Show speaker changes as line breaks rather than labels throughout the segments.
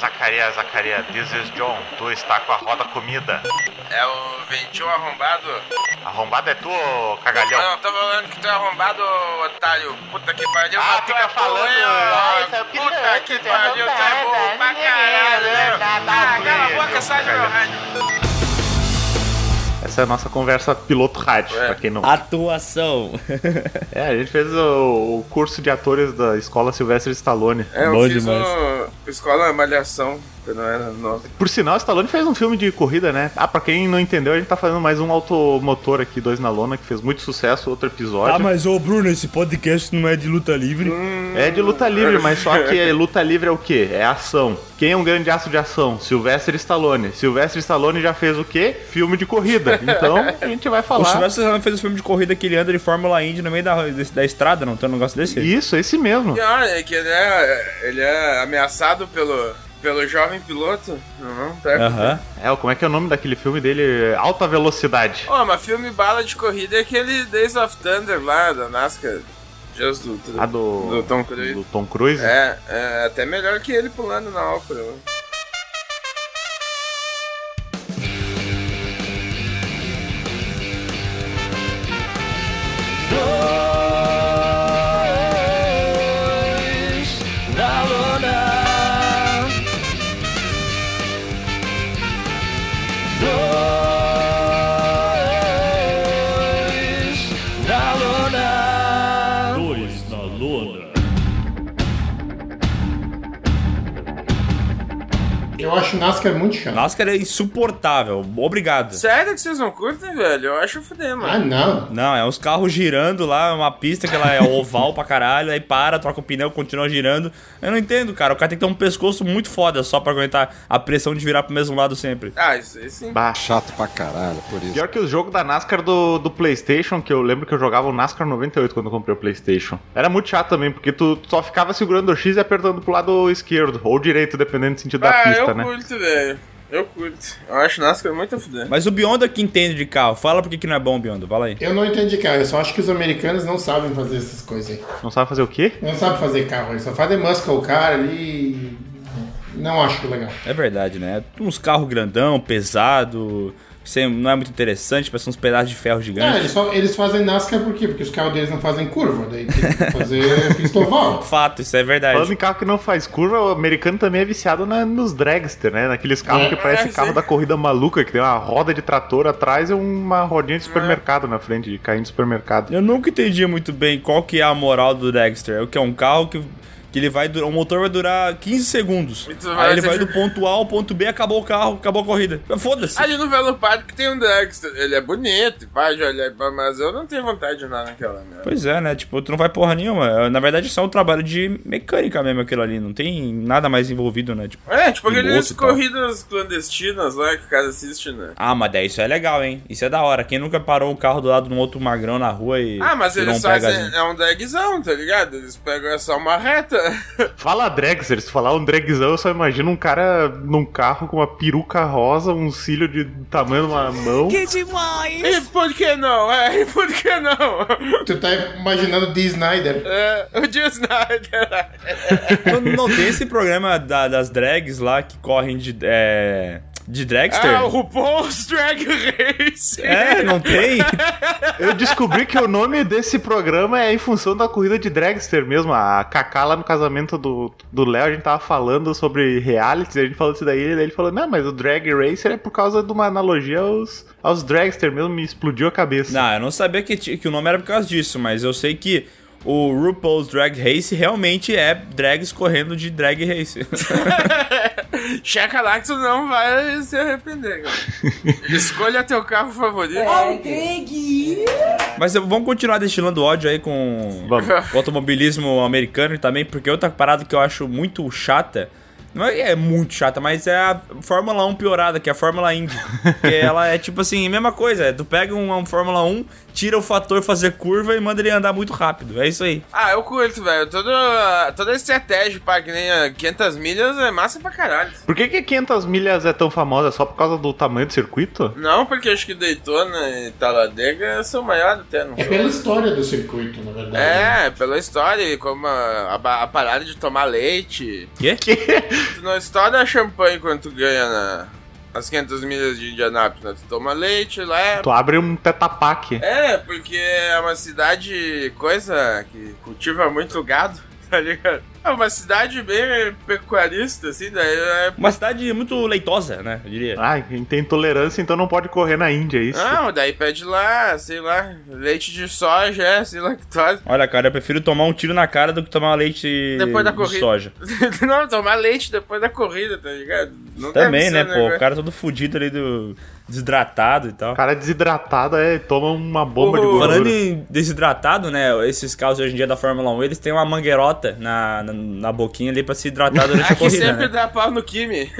Zacarias, Zacarias, this is John. Tu está com a roda comida.
É o ventil arrombado?
Arrombado é tu, ô cagalhão.
Não, tô falando que tu é arrombado, otário. Puta que pariu.
Ah,
mas tu
fica
é
falando,
porém,
ah,
ó.
isso é
Puta
piranha,
que
tu é
pariu, tu é
arrombado,
burro pra
né?
caralho, né?
Tá, tá,
Ah, cala a
beijo,
boca, sai do meu
cara.
rádio.
Essa é a nossa conversa piloto rádio,
É.
pra quem não.
Atuação.
É, a gente fez o, o curso de atores da escola Sylvester Stallone.
É, eu
Bom
fiz
demais.
um escola malhação, quando eu era novo.
Por sinal, Stallone fez um filme de corrida, né? Ah, pra quem não entendeu, a gente tá fazendo mais um automotor aqui, Dois na Lona, que fez muito sucesso, outro episódio.
Ah, mas ô Bruno, esse podcast não é de luta livre.
É de luta livre, mas só que é- luta livre é o quê? É ação. Quem é um grande aço de ação? Sylvester Stallone. Sylvester Stallone já fez o quê? Filme de corrida. Então, a gente vai
O
falar.
Sylvester Stallone fez um filme de corrida que ele anda de Fórmula Indy no meio da, desse- da estrada, não tem um negócio desse?
Isso, esse mesmo.
Pior é que ele é, ele é ameaçado pelo, pelo jovem piloto. Não, tá?
Aham.
É, como é que é o nome daquele filme dele? Alta Velocidade.
Ó, mas filme bala de corrida é aquele Days of Thunder lá da NASCAR. Deus do, do,
Ah, do,
do Tom Cruise.
do Tom Cruise.
É, é até melhor que ele pulando na ópera. né?
Dois na lona.
Eu acho NASCAR muito chato.
NASCAR é insuportável. Obrigado.
Sério que vocês não curtem, velho? Eu acho fuder,
Ah,
mano.
não.
Não, é uns carros girando lá, uma pista que ela é oval pra caralho, aí para, troca o pneu, continua girando. Eu não entendo, cara. O cara tem que ter um pescoço muito foda só pra aguentar a pressão de virar pro mesmo lado sempre.
Ah, isso aí sim.
Bah,
Chato pra caralho, por isso.
Pior que o jogo da NASCAR do, do PlayStation, que eu lembro que eu jogava o NASCAR 98 quando eu comprei o PlayStation. Era muito chato também, porque tu só ficava segurando o X e apertando pro lado esquerdo ou direito, dependendo do sentido da
Ah,
pista,
eu
né?
curto, velho. Eu curto. Eu acho NASCAR muito a fuder.
Mas o Biondo é que entende de carro. Fala por que que não é bom, Biondo. Fala aí.
Eu não entendi carro, eu só acho que os americanos não sabem fazer essas coisas aí.
Não sabe fazer o quê?
Não sabem fazer carro, eles só fazem muscle car ali. e- Não acho legal.
É verdade, né? Uns carros grandão, pesado, sem, não é muito interessante, parece uns pedaços de ferro
Não,
gigantes.
eles, só, eles fazem NASCAR por quê? Porque os carros deles não fazem curva, daí tem que fazer pistoval.
Fato, isso é verdade.
Falando em carro que não faz curva, o americano também é viciado na- nos dragster, né? Naqueles carros
É.
que parece
É,
carro
sim.
da corrida maluca, que tem uma roda de trator atrás e uma rodinha de
É.
supermercado na frente, de caindo de supermercado.
Eu nunca entendi muito bem qual que é a moral do Dexter. É o que é um carro que, que ele vai durar, o motor vai durar 15 segundos.
E tu vai
Aí ele vai
ter-
do ponto A ao ponto B, acabou o carro, acabou a corrida. Foda-se.
Ali no Velo Parque tem um Dexter. Ele é bonito, pá, de olhar, pá, mas eu não tenho vontade de andar naquela merda.
Pois é, né? Tipo, tu não vai porra nenhuma. Na verdade, isso é um trabalho de mecânica mesmo aquilo ali. Não tem nada mais envolvido, né? Tipo,
É, tipo
Piloto
aqueles
e tal.
corridas clandestinas lá que o cara assiste, né?
ah, mas daí isso é legal, hein? Isso é da hora. Quem nunca parou um carro do lado de um outro magrão na rua e.
Ah, mas
tirou
eles
um
fazem.
pegazinho?
É um dragzão, tá ligado? Eles pegam só uma reta.
Fala dragster, se falar um dragzão, eu só imagino um cara num carro com uma peruca rosa, um cílio de tamanho de uma mão.
E por que não? É, e por que não?
Tu tá imaginando Dee Snyder.
É, o Jill Snyder.
Não, não tem esse programa da- das drags lá que correm de. É, de dragster?
Ah, o RuPaul's Drag Race.
É, não tem?
Eu descobri que o nome desse programa é em função da corrida de dragster mesmo. A Cacá lá no casamento do do Léo, a gente tava falando sobre reality, a gente falou isso daí, e daí ele falou, não, mas o drag racer é por causa de uma analogia aos, aos dragster mesmo, me explodiu a cabeça.
Não, eu não sabia que, ti- que o nome era por causa disso, mas eu sei que o RuPaul's Drag Race realmente é drags correndo de drag race.
Checa lá que tu não vai se arrepender, cara. Escolha teu carro favorito.
mas eu- vamos continuar destilando ódio aí com
Vamos.
o automobilismo americano também, porque outra parada que eu acho muito chata. Não é, é muito chata, mas é a Fórmula é, 1 piorada, que é a Fórmula Indy. que ela é tipo assim, mesma coisa. Tu pega um, um Fórmula 1, tira o fator fazer curva e manda ele andar muito rápido. É isso aí.
Ah, eu curto, velho. Toda, toda a estratégia para que nem a 500 milhas é massa pra caralho.
Por que, que 500 milhas é tão famosa? Só por causa do tamanho do circuito?
Não, porque acho que Daytona e Talladega são maiores até no
É
jogo.
pela história do circuito, na verdade. né?
É, pela história, e como a, a ba- a parada de tomar leite.
Quê?
Tu não estoura champanhe quando tu ganha na, as 500 milhas de Indianápolis, né? Tu toma leite lá.
Tu abre um tetapaque.
É, porque é uma cidade, coisa que cultiva muito gado, tá ligado? É uma cidade bem pecuarista, assim, daí é...
Uma cidade muito leitosa, né? Eu diria.
Ai, quem tem intolerância então não pode correr na Índia, é isso?
Não, daí pede lá, sei lá, leite de soja, é, sei lá que tal.
Olha, cara, eu prefiro tomar um tiro na cara do que tomar leite
Depois da
de
corrida.
soja.
Não, tomar leite depois da corrida, tá ligado? Não deve
Também,
ser
né,
um
pô?
negócio-
O cara todo fudido ali, do... desidratado e tal.
O cara desidratado é, toma uma bomba de
Ô,
gordura.
Falando em desidratado, né? Esses carros hoje em dia da Fórmula 1, eles têm uma mangueirota na, na, na boquinha ali pra se hidratar durante a
Aqui
corrida.
É sempre
né?
dá pau no Kimi.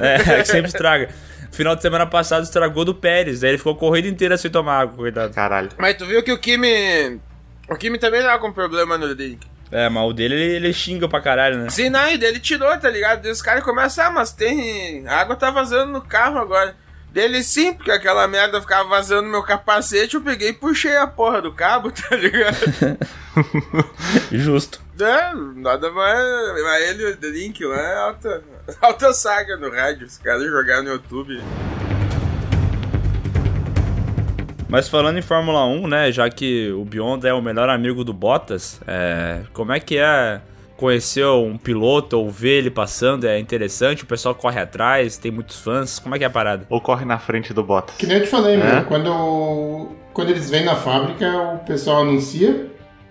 É, que sempre estraga. Final de semana passado estragou do Pérez, aí ele ficou a corrida inteira sem tomar água, coitado.
Caralho.
Mas tu viu que o Kimi. O Kimi também tava com problema no drink.
É, mas o dele, ele, ele xinga pra caralho, né?
Sim, não, e daí ele tirou, tá ligado? Daí os caras começam, ah, mas tem. A água tá vazando no carro agora. Dele sim, porque aquela merda ficava vazando no meu capacete, eu peguei e puxei a porra do cabo, tá ligado?
Justo.
É, nada mais. Mas ele, o drink lá, é alta, alta saga no rádio. Os caras jogaram no YouTube.
Mas falando em Fórmula 1, né? Já que o Beyond é o melhor amigo do Bottas, é, como é que é conhecer um piloto ou ver ele passando? É interessante? O pessoal corre atrás, tem muitos fãs? Como é que é a parada?
Ou corre na frente do Bottas.
Que nem eu te falei,
É.
meu, quando, quando eles vêm na fábrica, o pessoal anuncia,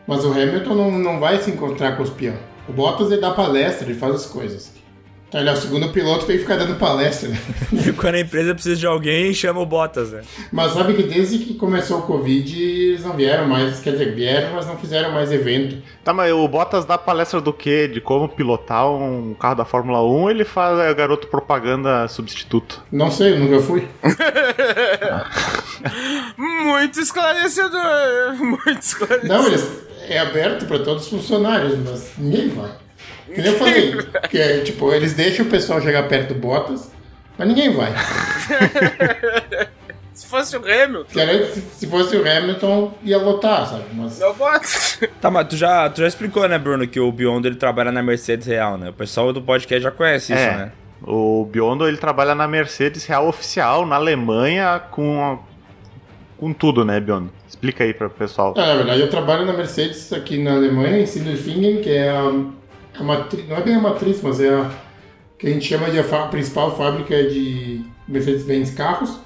mas o Hamilton não, não vai se encontrar com os peão. O Bottas ele dá palestra, ele faz as coisas. Então ele é o segundo piloto tem que ficar dando palestra. né?
Quando a empresa precisa de alguém, chama o Bottas, né?
Mas sabe que desde que começou o Covid, eles não vieram mais, quer dizer, vieram, mas não fizeram mais evento.
Tá, mas o Bottas dá palestra do quê? De como pilotar um carro da Fórmula 1 ele faz é, garoto propaganda substituto?
Não sei, eu nunca fui.
Muito esclarecedor, muito esclarecedor.
Não, eles é aberto para todos os funcionários, mas ninguém vai. Que nem eu falei, que é, tipo, eles deixam o pessoal chegar perto do Bottas, mas ninguém vai.
Se fosse o Hamilton,
Que era- se- se fosse o Hamilton, ia lotar, sabe? Mas ah,
eu boto.
Tá, mas tu já, tu já explicou, né, Bruno, que o Beyond ele trabalha na Mercedes Real, né? O pessoal do podcast já conhece isso,
é.
né?
O Biondo ele trabalha na Mercedes Real Oficial, na Alemanha, com, com tudo, né, Biondo? Explica aí pro pessoal.
Ah, na verdade, eu trabalho na Mercedes aqui na Alemanha, em Sindelfingen, que é a, a matriz, não é bem a matriz, mas é a que a gente chama de a fá- principal fábrica de Mercedes-Benz carros.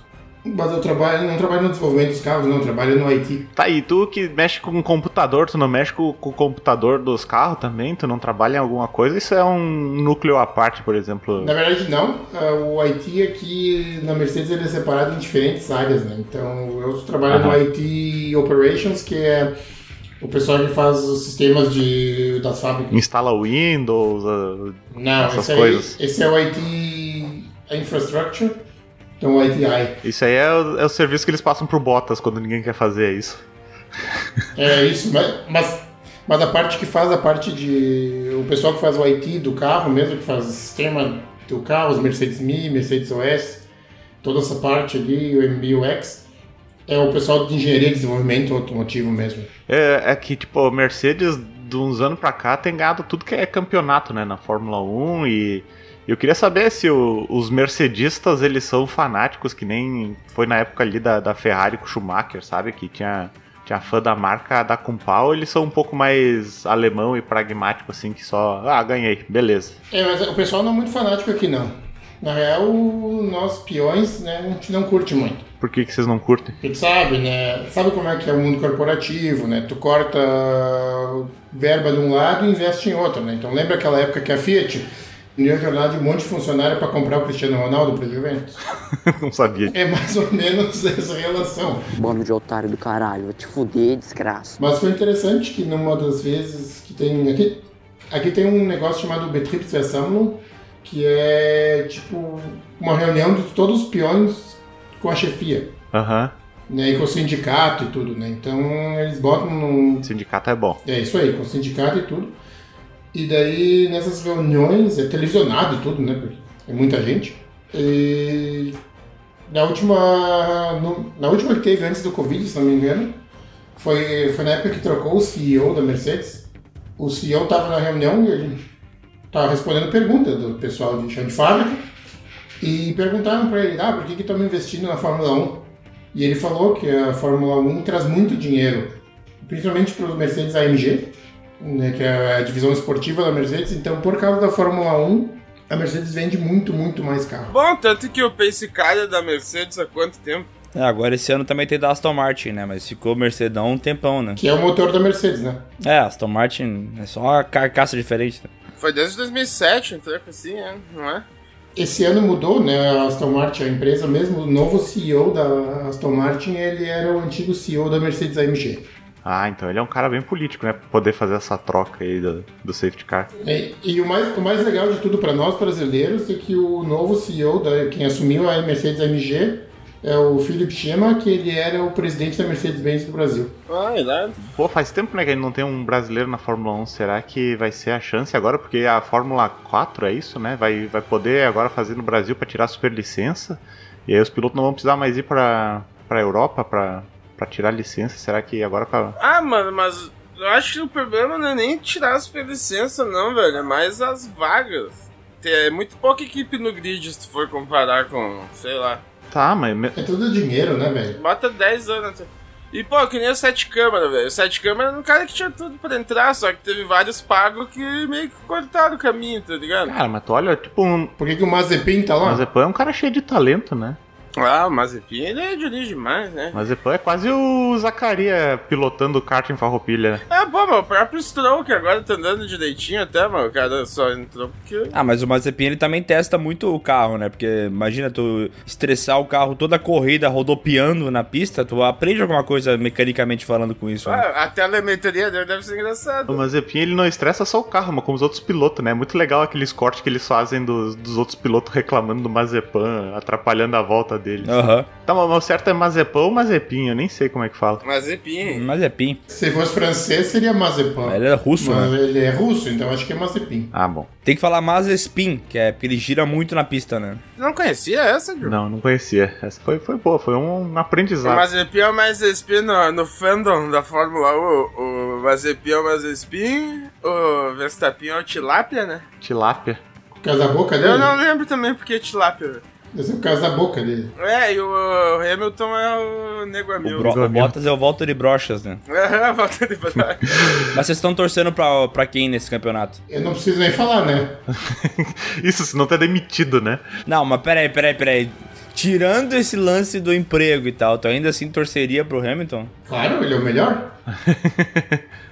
Mas eu trabalho, não trabalho no desenvolvimento dos carros, não, eu trabalho no IT.
Tá, e tu que mexe com computador, tu não mexe com, com o computador dos carros também? Tu não trabalha em alguma coisa? Isso é um núcleo à parte, por exemplo.
Na verdade, não. Ah, O IT aqui na Mercedes ele é separado em diferentes áreas, né? Então, eu trabalho no
Aham.
IT Operations, que é o pessoal que faz os sistemas de, das fábricas.
Instala Windows. ah,
Não,
essas
esse, aí-
coisas.
esse é o IT Infrastructure, então o ITI.
Isso aí é o, é o serviço que eles passam pro Bottas quando ninguém quer fazer é isso.
É isso, mas, mas, mas a parte que faz a parte de. O pessoal que faz o IT do carro mesmo, que faz o sistema do carro, os Mercedes Me, Mercedes OS, toda essa parte ali, o MBUX, é o pessoal de engenharia e desenvolvimento automotivo mesmo.
É, é que, tipo, a Mercedes, de uns anos pra cá, tem ganhado tudo que é campeonato, né? Na Fórmula 1 e... Eu queria saber se o- os mercedistas, eles são fanáticos, que nem foi na época ali da, da Ferrari com o Schumacher, sabe? Que tinha, tinha fã da marca da com pau, eles são um pouco mais alemão e pragmático, assim, que só... Ah, ganhei, beleza.
É, mas o pessoal não é muito fanático aqui não. Na real, nós peões, né, a gente não curte muito.
Por que, que vocês não curtem?
A gente sabe, né? Sabe como é que é o mundo corporativo, né? Tu corta verba de um lado e investe em outro, né? Então lembra aquela época que a Fiat uniu a jornada de um monte de funcionário para comprar o Cristiano Ronaldo para Juventus?
não sabia.
É mais ou menos essa relação.
Bando de otário do caralho, vou te fuder, desgraça.
Mas foi interessante que numa das vezes que tem aqui, aqui tem um negócio chamado Betriebsversammlung, que é tipo uma reunião de todos os peões com a chefia.
Aham.
né, e com o sindicato e tudo, né? Então eles botam num,
Sindicato é bom.
é isso aí, com o sindicato e tudo. E daí nessas reuniões, é televisionado e tudo, né? Porque é muita gente. E na última. no- na última que teve antes do Covid, se não me engano, foi, foi na época que trocou o CEO da Mercedes. O CEO tava na reunião e ele tava respondendo perguntas do pessoal de chão de fábrica. E perguntaram para ele, ah, por que que estamos investindo na Fórmula 1? E ele falou que a Fórmula 1 traz muito dinheiro principalmente para os Mercedes AMG, né, que é a divisão esportiva da Mercedes. Então, por causa da Fórmula 1, a Mercedes vende muito, muito mais carro.
Bom, tanto que eu pensei cara é da Mercedes há quanto tempo.
É, agora esse ano também tem da Aston Martin, né? Mas ficou Mercedão um tempão, né?
Que é o motor da Mercedes, né?
É, Aston Martin é só uma carcaça diferente. né?
Foi desde 2007, um tempo assim, é, não é?
Esse ano mudou, né? A Aston Martin, a empresa mesmo, o novo CEO da Aston Martin, ele era o antigo CEO da Mercedes AMG.
Ah, então ele é um cara bem político, né? Pra Poder fazer essa troca aí do, do safety car.
E, e o, mais, o mais legal de tudo para nós brasileiros é que o novo CEO, da, quem assumiu a Mercedes AMG, é o Philip Schema, que ele era o presidente da Mercedes-Benz do Brasil.
Ah, irado.
Pô, faz tempo, né, que a gente não tem um brasileiro na Fórmula 1. Será que vai ser a chance agora? Porque a Fórmula 4 é isso, né? Vai, vai poder agora fazer no Brasil pra tirar a superlicença. E aí os pilotos não vão precisar mais ir pra, pra Europa pra, pra tirar a licença. Será que agora pra...
Ah, mano, mas eu acho que o problema não é nem tirar as licença, não, velho. É mais as vagas. Tem é muito pouca equipe no grid, se tu for comparar com, sei lá.
Tá, mas... me-
É tudo dinheiro, né, velho?
Bota 10 anos. até. E, pô, que nem o Sete Câmara, velho. O Sete Câmara era um cara que tinha tudo pra entrar, só que teve vários pagos que meio que cortaram o caminho, tá ligado?
Cara, mas tu olha, tipo, um...
Por que, que o Mazepin tá lá?
Mazepan é um cara cheio de talento, né?
Ah, o Mazepin, ele é dirige demais, né?
Mazepan é quase o Zacaria pilotando o kart em farroupilha, né?
Ah, pô, mas o próprio Stroll, que agora tá andando direitinho até, mano. O cara só entrou porque...
Ah, mas o Mazepin ele também testa muito o carro, né? Porque imagina tu estressar o carro toda a corrida rodopiando na pista, tu aprende alguma coisa mecanicamente falando com isso. Né?
Ah, a telemetria dele deve ser engraçada.
O Mazepin, ele não estressa só o carro, mas como os outros pilotos, né? É muito legal aquele cortes que eles fazem dos, dos outros pilotos reclamando do Mazepan, atrapalhando a volta deles.
Aham.
Tá, mas o certo é Mazepan ou Mazepin? Eu nem sei como é que fala.
Mazepin.
Mazepin.
Se fosse francês, seria Mazepin.
Ele é russo,
Mas
né?
ele é russo, então acho que é Mazepin.
Ah, bom.
Tem que falar Mazespin, que é porque ele gira muito na pista, né?
Não conhecia essa, Drew?
Não, não conhecia. Essa foi, foi boa, foi um
O
aprendizado.
Mazepin é o Mazepin no, no fandom da Fórmula 1. O Mazepin é o Mazepin, o Verstappen é o Tilápia, né?
Tilápia.
Casaboca dele?
Eu não lembro também porque é Tilápia, velho.
Esse é o Casaboca dele.
É, e o Hamilton é o Nego
O,
Amigo.
Bro- o
amigo.
Bottas é o Walter de Brochas, né?
É, volta de botar.
Mas vocês estão torcendo pra, pra quem nesse campeonato?
Eu não preciso nem falar, né?
Isso, senão tá demitido, né?
Não, mas peraí, peraí, peraí. Tirando esse lance do emprego e tal, tu ainda assim torceria pro Hamilton?
Claro, ele é o melhor.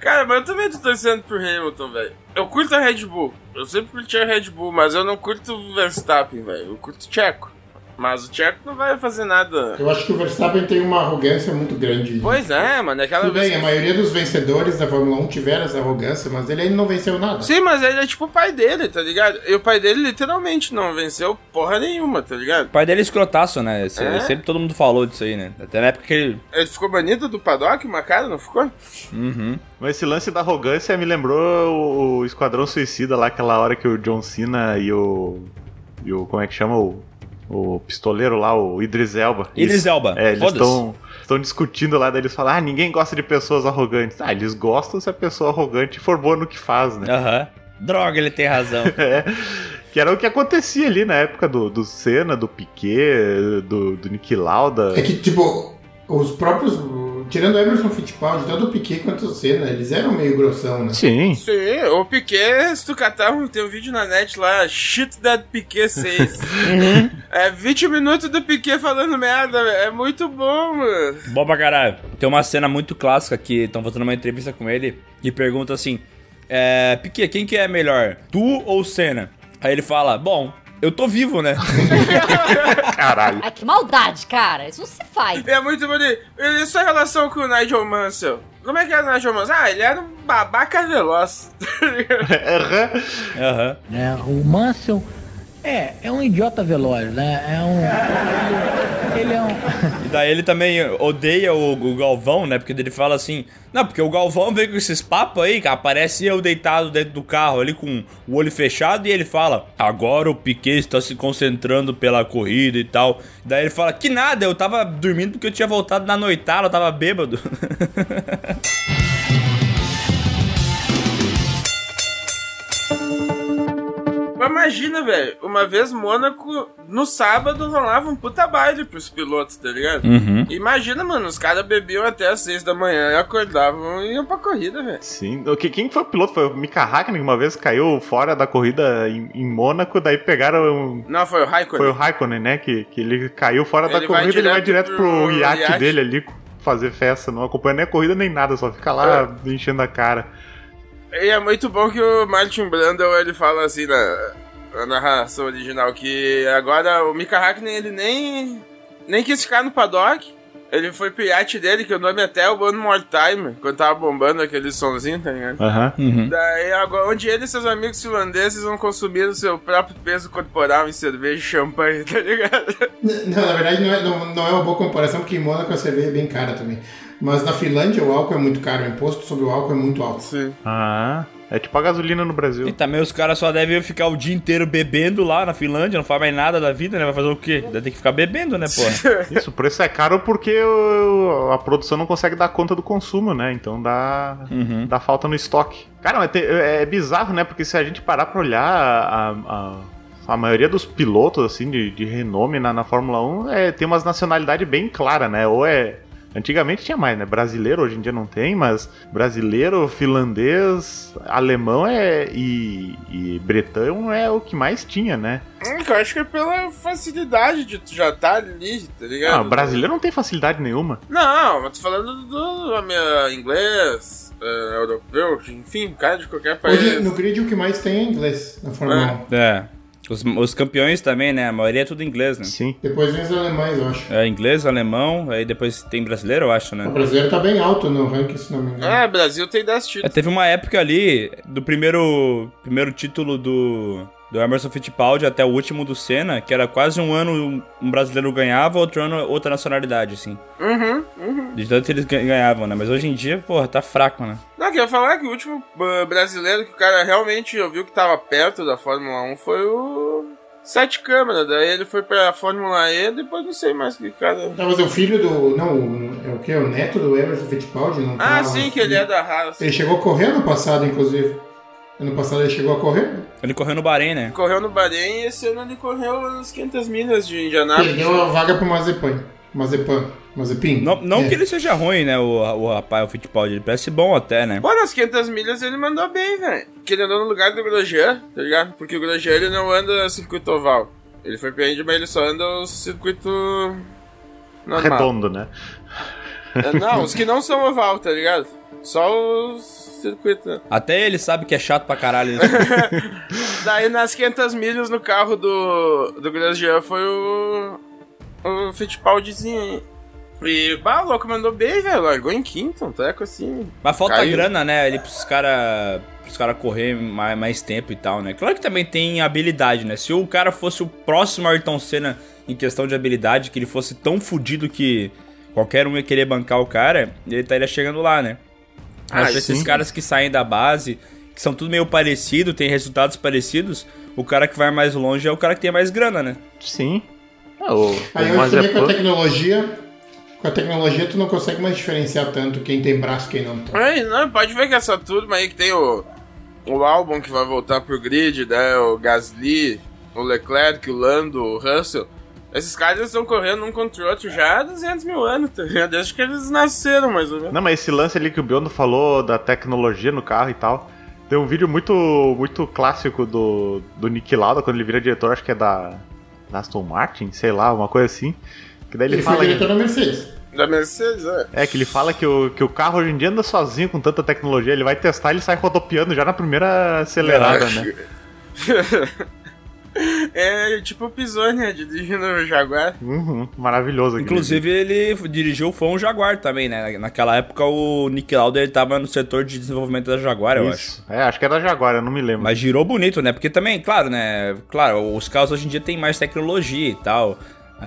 Cara, mas eu também tô torcendo pro Hamilton, velho. Eu curto a Red Bull. Eu sempre curti a Red Bull, mas eu não curto o Verstappen, velho. Eu curto o Tcheco. Mas o Tcheco não vai fazer nada.
Eu acho que o Verstappen tem uma arrogância muito grande.
Pois é, mano. Aquela
Tudo
vez
bem,
que-
a maioria dos vencedores da Fórmula 1 tiveram essa arrogância, mas ele ainda não venceu nada.
Sim, mas ele é tipo o pai dele, tá ligado? E o pai dele literalmente não venceu porra nenhuma, tá ligado?
O pai dele é escrotaço, né? Se-
É?
Sempre todo mundo falou disso aí, né? Até na época que ele.
Ele ficou banido do paddock, uma cara, não ficou?
Uhum.
Mas esse lance da arrogância me lembrou o- o Esquadrão Suicida lá, aquela hora que o John Cena e o. E o. Como é que chama? O, o pistoleiro lá, o Idris Elba.
Idris Elba.
É, eles
Foda-se.
estão. Estão discutindo lá, daí eles falam, ah, ninguém gosta de pessoas arrogantes. Ah, eles gostam se a pessoa arrogante for boa no que faz, né?
Aham. Droga, ele tem razão.
É. Que era o que acontecia ali na época do, do Senna, do Piquet, do, do Nick Lauda.
É que, tipo, os próprios. Tirando o Emerson Fittipaldi, tanto o Piquet quanto o Senna, eles eram meio grossão, né?
Sim.
Sim, o Piquet, se tu catar, um- tem um vídeo na net lá, Shit That Piquet 6. é 20 minutos do Piquet falando merda, velho. é muito bom, mano.
Bom pra caralho. Tem uma cena muito clássica que estão fazendo uma entrevista com ele e pergunta assim: é, Piquet, quem que é melhor? Tu ou Senna? Aí ele fala: Bom, eu tô vivo, né?
Caralho.
Ai, que maldade, cara. Isso não se faz.
É muito bonito. E sua relação com o Nigel Mansell? Como é que era o Nigel Mansell? Ah, ele era um babaca veloz. tá
Aham.
Aham.
né? O Mansell É, é um idiota velório, né? É um. Ele é um.
E daí ele também odeia o, o Galvão, né? Porque ele fala assim: Não, porque o Galvão vem com esses papos aí, cara. Aparece eu deitado dentro do carro ali com o olho fechado e ele fala: Agora o Piquet está se concentrando pela corrida e tal. Daí ele fala: Que nada, eu tava dormindo porque eu tinha voltado na noitada, eu tava bêbado.
Mas imagina, velho, uma vez Mônaco, no sábado rolava um puta baile pros pilotos, tá ligado?
Uhum.
Imagina, mano, os caras bebiam até as seis da manhã e acordavam e iam pra corrida, velho.
Sim. O que, quem foi o piloto? Foi o Mika Hakkinen que uma vez caiu fora da corrida em, em Mônaco, daí pegaram. um,
Não, foi o Raikkonen.
Foi o Raikkonen, né? Que, que ele caiu fora da
Ele vai
corrida, ele vai
direto
direto pro,
pro
iate,
iate.
dele ali fazer festa, não acompanha nem a corrida nem nada, só fica lá
É.
enchendo a cara.
E é muito bom que o Martin Brandel, ele fala assim na, na narração original, que agora o Mika Hakkinen, ele nem, nem quis ficar no paddock, ele foi pro iate dele, que o nome até é o One More Time, quando tava bombando aquele sonzinho, tá ligado?
Aham.
Daí, agora, onde ele e seus amigos finlandeses vão consumir o seu próprio peso corporal em cerveja e champanhe, tá ligado?
N- Não, na verdade não é, não, não é uma boa comparação, porque em Mônaco a cerveja é bem cara também. Mas na Finlândia o álcool é muito caro, o imposto sobre o álcool é muito alto.
Sim.
Ah. É tipo a gasolina no Brasil.
E também os caras só devem ficar o dia inteiro bebendo lá na Finlândia, não faz mais nada da vida, né? Vai fazer o quê? Deve ter que ficar bebendo, né, porra?
Isso, o preço é caro porque o- a produção não consegue dar conta do consumo, né? Então dá, dá falta no estoque. Cara, mas tem- é, é bizarro, né? Porque se a gente parar pra olhar a, a- a maioria dos pilotos, assim, de, de renome na, na Fórmula 1, é, tem umas nacionalidades bem claras, né? Ou é... Antigamente tinha mais, né? Brasileiro hoje em dia não tem, mas brasileiro, finlandês, alemão é e, e bretão é o que mais tinha, né?
Hum, que Eu acho que é pela facilidade de tu já tá ali, tá ligado?
Ah,
né?
brasileiro não tem facilidade nenhuma.
Não, mas tô falando do, do ame- inglês, eh, europeu, enfim, cara de qualquer país.
Hoje no grid o que mais tem é inglês na Fórmula 1.
É. Os, os campeões também, né? A maioria é tudo inglês, né?
Sim.
Depois vem os alemães, eu acho.
É inglês, alemão, aí depois tem brasileiro, eu acho,
O
né?
brasileiro tá bem alto no ranking, se não me engano.
É, Brasil tem 10
É,
títulos.
teve uma época ali do primeiro primeiro título do, do Emerson Fittipaldi até o último do Senna, que era quase um ano um- um brasileiro ganhava, outro ano outra nacionalidade, assim.
Uhum.
De tanto eles gan- ganhavam, né? Mas hoje em dia, porra, tá fraco, né?
Não, queria falar que o último eh, brasileiro que o cara realmente ouviu que tava perto da Fórmula 1 foi o Sete Câmara. Daí ele foi pra Fórmula E, depois não sei mais que cara.
Tá, mas é o filho do. Não, o- é o que? O neto do Emerson Fittipaldi? Não tá,
Ah, sim, que ele é da Haas.
Ele chegou a correr ano passado, inclusive. Ano passado ele chegou a correr.
Ele correu no Bahrein, né?
Correu no Bahrein e esse ano ele correu nas 500 milhas de
Ele deu
Indianápolis.
a vaga pro Mazepan. Mazepan. Mazepin.
Não, não
É.
que ele seja ruim, né? O, o rapaz, o Fittipaldi, ele parece bom até, né?
Pô, nas 500 milhas ele mandou bem, velho. Que ele andou no lugar do Grosjean, tá ligado? Porque o Grosjean ele não anda circuito oval. Ele foi pra Indy, mas ele só anda o circuito normal.
Redondo, né?
É, não, os que não são oval, tá ligado? Só os circuitos. né?
Até ele sabe que é chato pra caralho isso.
Daí nas 500 milhas no carro do, do Grosjean foi o. O Fittipaldizinho aí. E, bah, o louco mandou bem, velho. Largou em quinto, um treco assim.
Mas falta
Caiu.
grana, né? Ali pros caras pros cara correr mais, mais tempo e tal, né? Claro que também tem habilidade, né? Se o cara fosse o próximo Ayrton Senna em questão de habilidade, que ele fosse tão fudido que qualquer um ia querer bancar o cara, ele estaria chegando lá, né?
Ah,
Mas pra esses
sim.
caras que saem da base, que são tudo meio parecido, tem resultados parecidos, o cara que vai mais longe é o cara que tem mais grana, né?
Sim. Ah, o,
Aí
o
eu também com a
Mazepan,
tecnologia. Com a tecnologia tu não consegue mais diferenciar tanto quem tem braço e quem não tem.
Aí, não, pode ver que é essa turma aí que tem o. O álbum que vai voltar pro grid, né? O Gasly, o Leclerc, o Lando, o Russell. Esses caras estão correndo um contra o outro já há 200 mil anos, tá ligado? Desde que eles nasceram, mais ou menos.
Não, mas esse lance ali que o Biondo falou da tecnologia no carro e tal. Tem um vídeo muito, muito clássico do, do Nick Lauda, quando ele vira diretor, acho que é da, da Aston Martin, sei lá, uma coisa assim. Que daí ele,
Ele foi
fala.
diretor da Mercedes.
Da Mercedes, é.
É, que ele fala que o, que o carro hoje em dia anda sozinho com tanta tecnologia.
É.
Ele vai testar, ele sai rodopiando já na primeira acelerada, né?
É tipo o Pisonia dirigindo o Jaguar.
Uhum, maravilhoso aqui.
Inclusive, ele dirigiu o Fão Jaguar também, né? Naquela época, o Nick Lauder ele tava no setor de desenvolvimento da Jaguar, eu acho.
Isso. É, acho que é da Jaguar, eu não me lembro.
Mas girou bonito, né? Porque também, claro, né? Claro, os carros hoje em dia tem mais tecnologia e tal.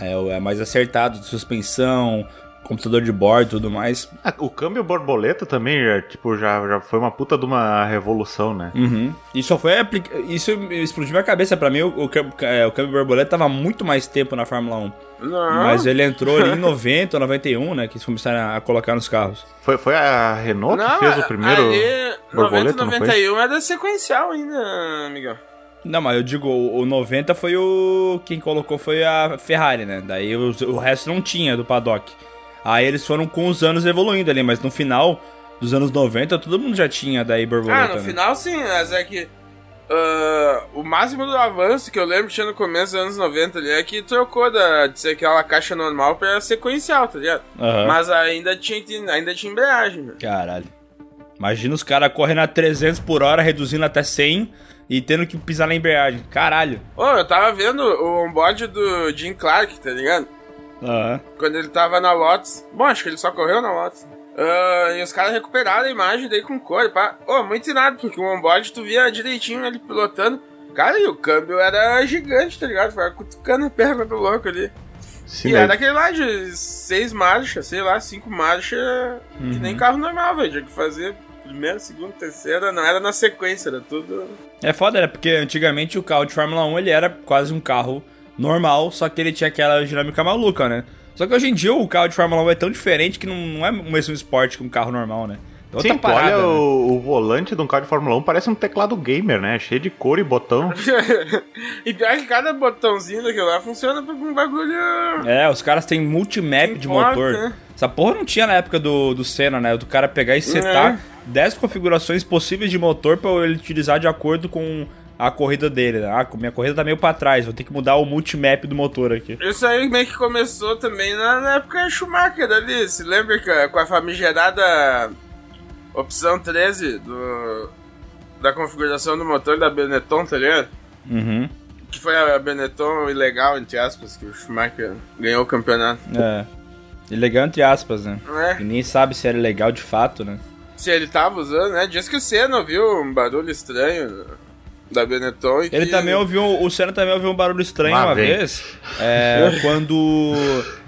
É, é mais acertado, de suspensão, computador de bordo e tudo mais.
Ah, O câmbio borboleta também, já, tipo, já, já foi uma puta de uma revolução, né?
Uhum. E só foi aplica... Isso explodiu minha cabeça. Pra mim, o, o, câmbio- é, o câmbio borboleta tava muito mais tempo na Fórmula 1.
Não.
é
Mas ele entrou ali em 90, 91, né? Que eles começaram a colocar nos carros.
Foi, foi a Renault que fez
é,
o primeiro
ali,
borboleta,
90
não foi?
91 é da sequencial ainda, amigão.
Não, mas eu digo, o, o 90 foi o. Quem colocou foi a Ferrari, né? Daí os- o resto não tinha do paddock. Aí eles foram com os anos evoluindo ali, mas no final dos anos 90 todo mundo já tinha daí borboleta.
Ah, no
né?
final sim, mas é que. ah, o máximo do avanço que eu lembro que tinha no começo dos anos 90 ali é que trocou da, de ser aquela caixa normal pra sequencial, tá ligado?
Aham.
Mas ainda tinha, ainda tinha embreagem, né? velho.
Caralho. Imagina os caras correndo a 300 por hora, reduzindo até 100 e tendo que pisar na embreagem. Caralho.
Ô, eu tava vendo o onboard do Jim Clark, tá ligado?
Aham.
Quando ele tava na Lotus. Bom, acho que ele só correu na Lotus. Ah, e os caras recuperaram a imagem daí com cor, pá. Ô, muito irado, porque o onboard tu via direitinho ele pilotando. Cara, e o câmbio era gigante, tá ligado? Ficava cutucando a perna do louco ali.
Sim,
e
né?
era aquele lá de seis marchas, sei lá, cinco marchas, que
Uhum.
nem carro normal, velho. Tinha que fazer primeira, segunda, terceira, não era na sequência, era tudo.
É foda, né? Porque antigamente o carro de Fórmula 1 ele era quase um carro normal, só que ele tinha aquela dinâmica maluca, né? Só que hoje em dia o carro de Fórmula 1 é tão diferente que não, não é o mesmo esporte que um carro normal, né? É outra
Sim, pô, olha
parada. né?
o, o volante de um carro de Fórmula 1, parece um teclado gamer, né? Cheio de cor e botão.
e pior que cada botãozinho daquilo lá funciona pra um bagulho.
É, os caras têm multimap de
Importa,
motor.
né?
Essa porra não tinha na época do, do Senna, né? Do cara
É.
pegar e setar 10 configurações possíveis de motor pra ele utilizar de acordo com a corrida dele. né? Ah, minha corrida tá meio pra trás, vou ter que mudar o multimap do motor aqui.
Isso aí meio que começou também na, na época Schumacher ali. Se lembra que, a- com a famigerada opção 13 do, da configuração do motor da Benetton, tá ligado?
Uhum.
Que foi a Benetton ilegal, entre aspas, que o Schumacher ganhou o campeonato.
É. Ilegal entre aspas, né?
Não é?
E nem sabe se era legal de fato, né?
Se ele tava usando, né? Diz que o Senna ouviu um barulho estranho da Benetton e
Ele
que-
também ouviu. O Senna também ouviu um barulho estranho
Lá
uma
vem.
vez. é, quando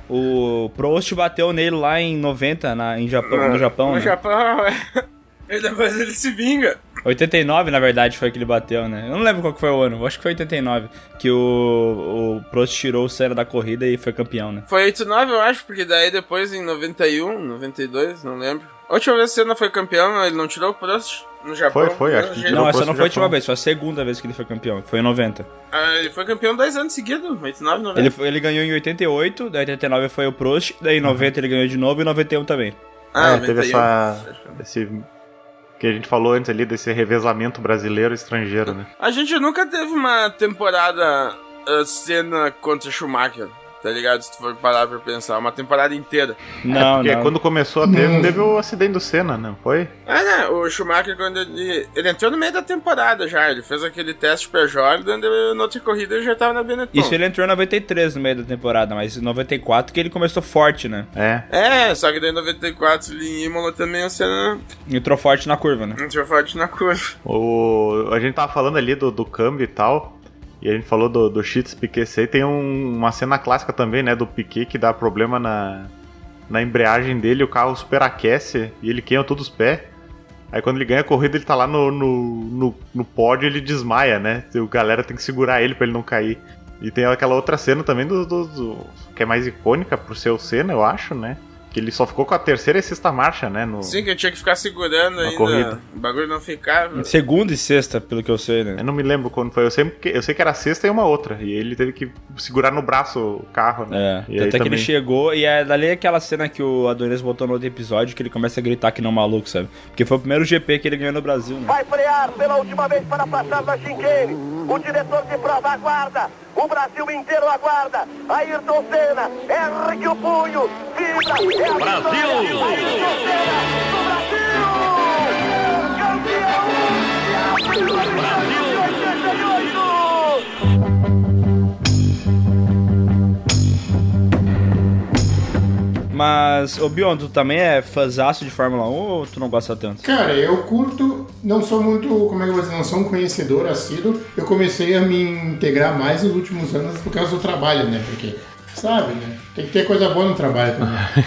o Prost bateu nele lá em 90, na, em Japão, no Japão.
Ah, No
né?
Japão, é. E depois ele se vinga.
89, na verdade, foi que ele bateu, né? Eu não lembro qual que foi o ano, acho que foi 89. Que o, o Prost tirou o Senna da corrida e foi campeão, né?
Foi 89, eu acho, porque daí depois em 91, 92, não lembro. A última vez que o Senna foi campeão, ele não tirou o Prost no Japão.
Foi, foi, acho que
Ele-
Tirou
Não,
o
essa
Prost
não
do
foi a última
Japão.
vez, foi a segunda vez que ele foi campeão, foi em 90.
Ah, ele foi campeão dois anos seguidos, 89, 90.
Ele, ele ganhou em 88, daí 89 foi o Prost, daí em 90 ele ganhou de novo e em 91 também.
Ah,
É, teve
91.
essa. Esse, que a gente falou antes ali desse revezamento brasileiro-estrangeiro, né?
A gente nunca teve uma temporada uh, cena contra Schumacher, tá ligado? Se tu for parar pra pensar, uma temporada inteira.
Não,
É, Porque
não.
quando começou a ter, teve o acidente do Senna, não foi?
É, né? O Schumacher, quando ele. Ele entrou no meio da temporada já, ele fez aquele teste pra Jordan, e na outra corrida ele já tava na Benetton.
Isso ele entrou em 93 no meio da temporada, mas em 94 que ele começou forte, né?
É.
É, só que daí em 94 ele em Imola também é o Senna
Entrou forte na curva, né?
entrou forte na curva.
O, a gente tava falando ali do, do câmbio e tal. E a gente falou do, do Cheats Piquet C. Tem um- uma cena clássica também, né? Do Piquet que dá problema na, na embreagem dele. O carro superaquece e ele queima todos os pés. Aí quando ele ganha a corrida, ele tá lá no, no, no, no pódio ele desmaia, né? O galera tem que segurar ele pra ele não cair. E tem aquela outra cena também do, do- do- que é mais icônica por ser o Senna, eu acho, né? Que ele só ficou com a terceira e sexta marcha, né? No,
Sim, que eu tinha que ficar segurando ainda.
corrida.
O bagulho não ficava.
Segunda e sexta, pelo que eu sei, né?
Eu não me lembro quando foi. Eu sei que, eu sei que era a sexta e uma outra. E ele teve que segurar no braço o carro,
É,
né?
tanto
E
é
aí
que
também...
ele chegou, e é dali aquela cena que o Adonis botou no outro episódio, que ele começa a gritar que não é um maluco, sabe? Porque foi o primeiro GP que ele ganhou no Brasil, né?
Vai frear pela última vez para passar na chinqueira. O diretor de prova aguarda. O Brasil inteiro aguarda. Ayrton Senna, ergue o punho,
Brasil!
vibra. É a vitória. Ayrton Senna, do Brasil! Campeão! mundial de 1988!
Mas, ô Bion, tu também é fãzaço de Fórmula 1 ou tu não gosta tanto?
Cara, eu curto, não sou muito, como é que eu vou dizer, não sou um conhecedor assíduo. Eu comecei a me integrar mais nos últimos anos por causa do trabalho, né? Porque, sabe, né? Tem que ter coisa boa no trabalho também.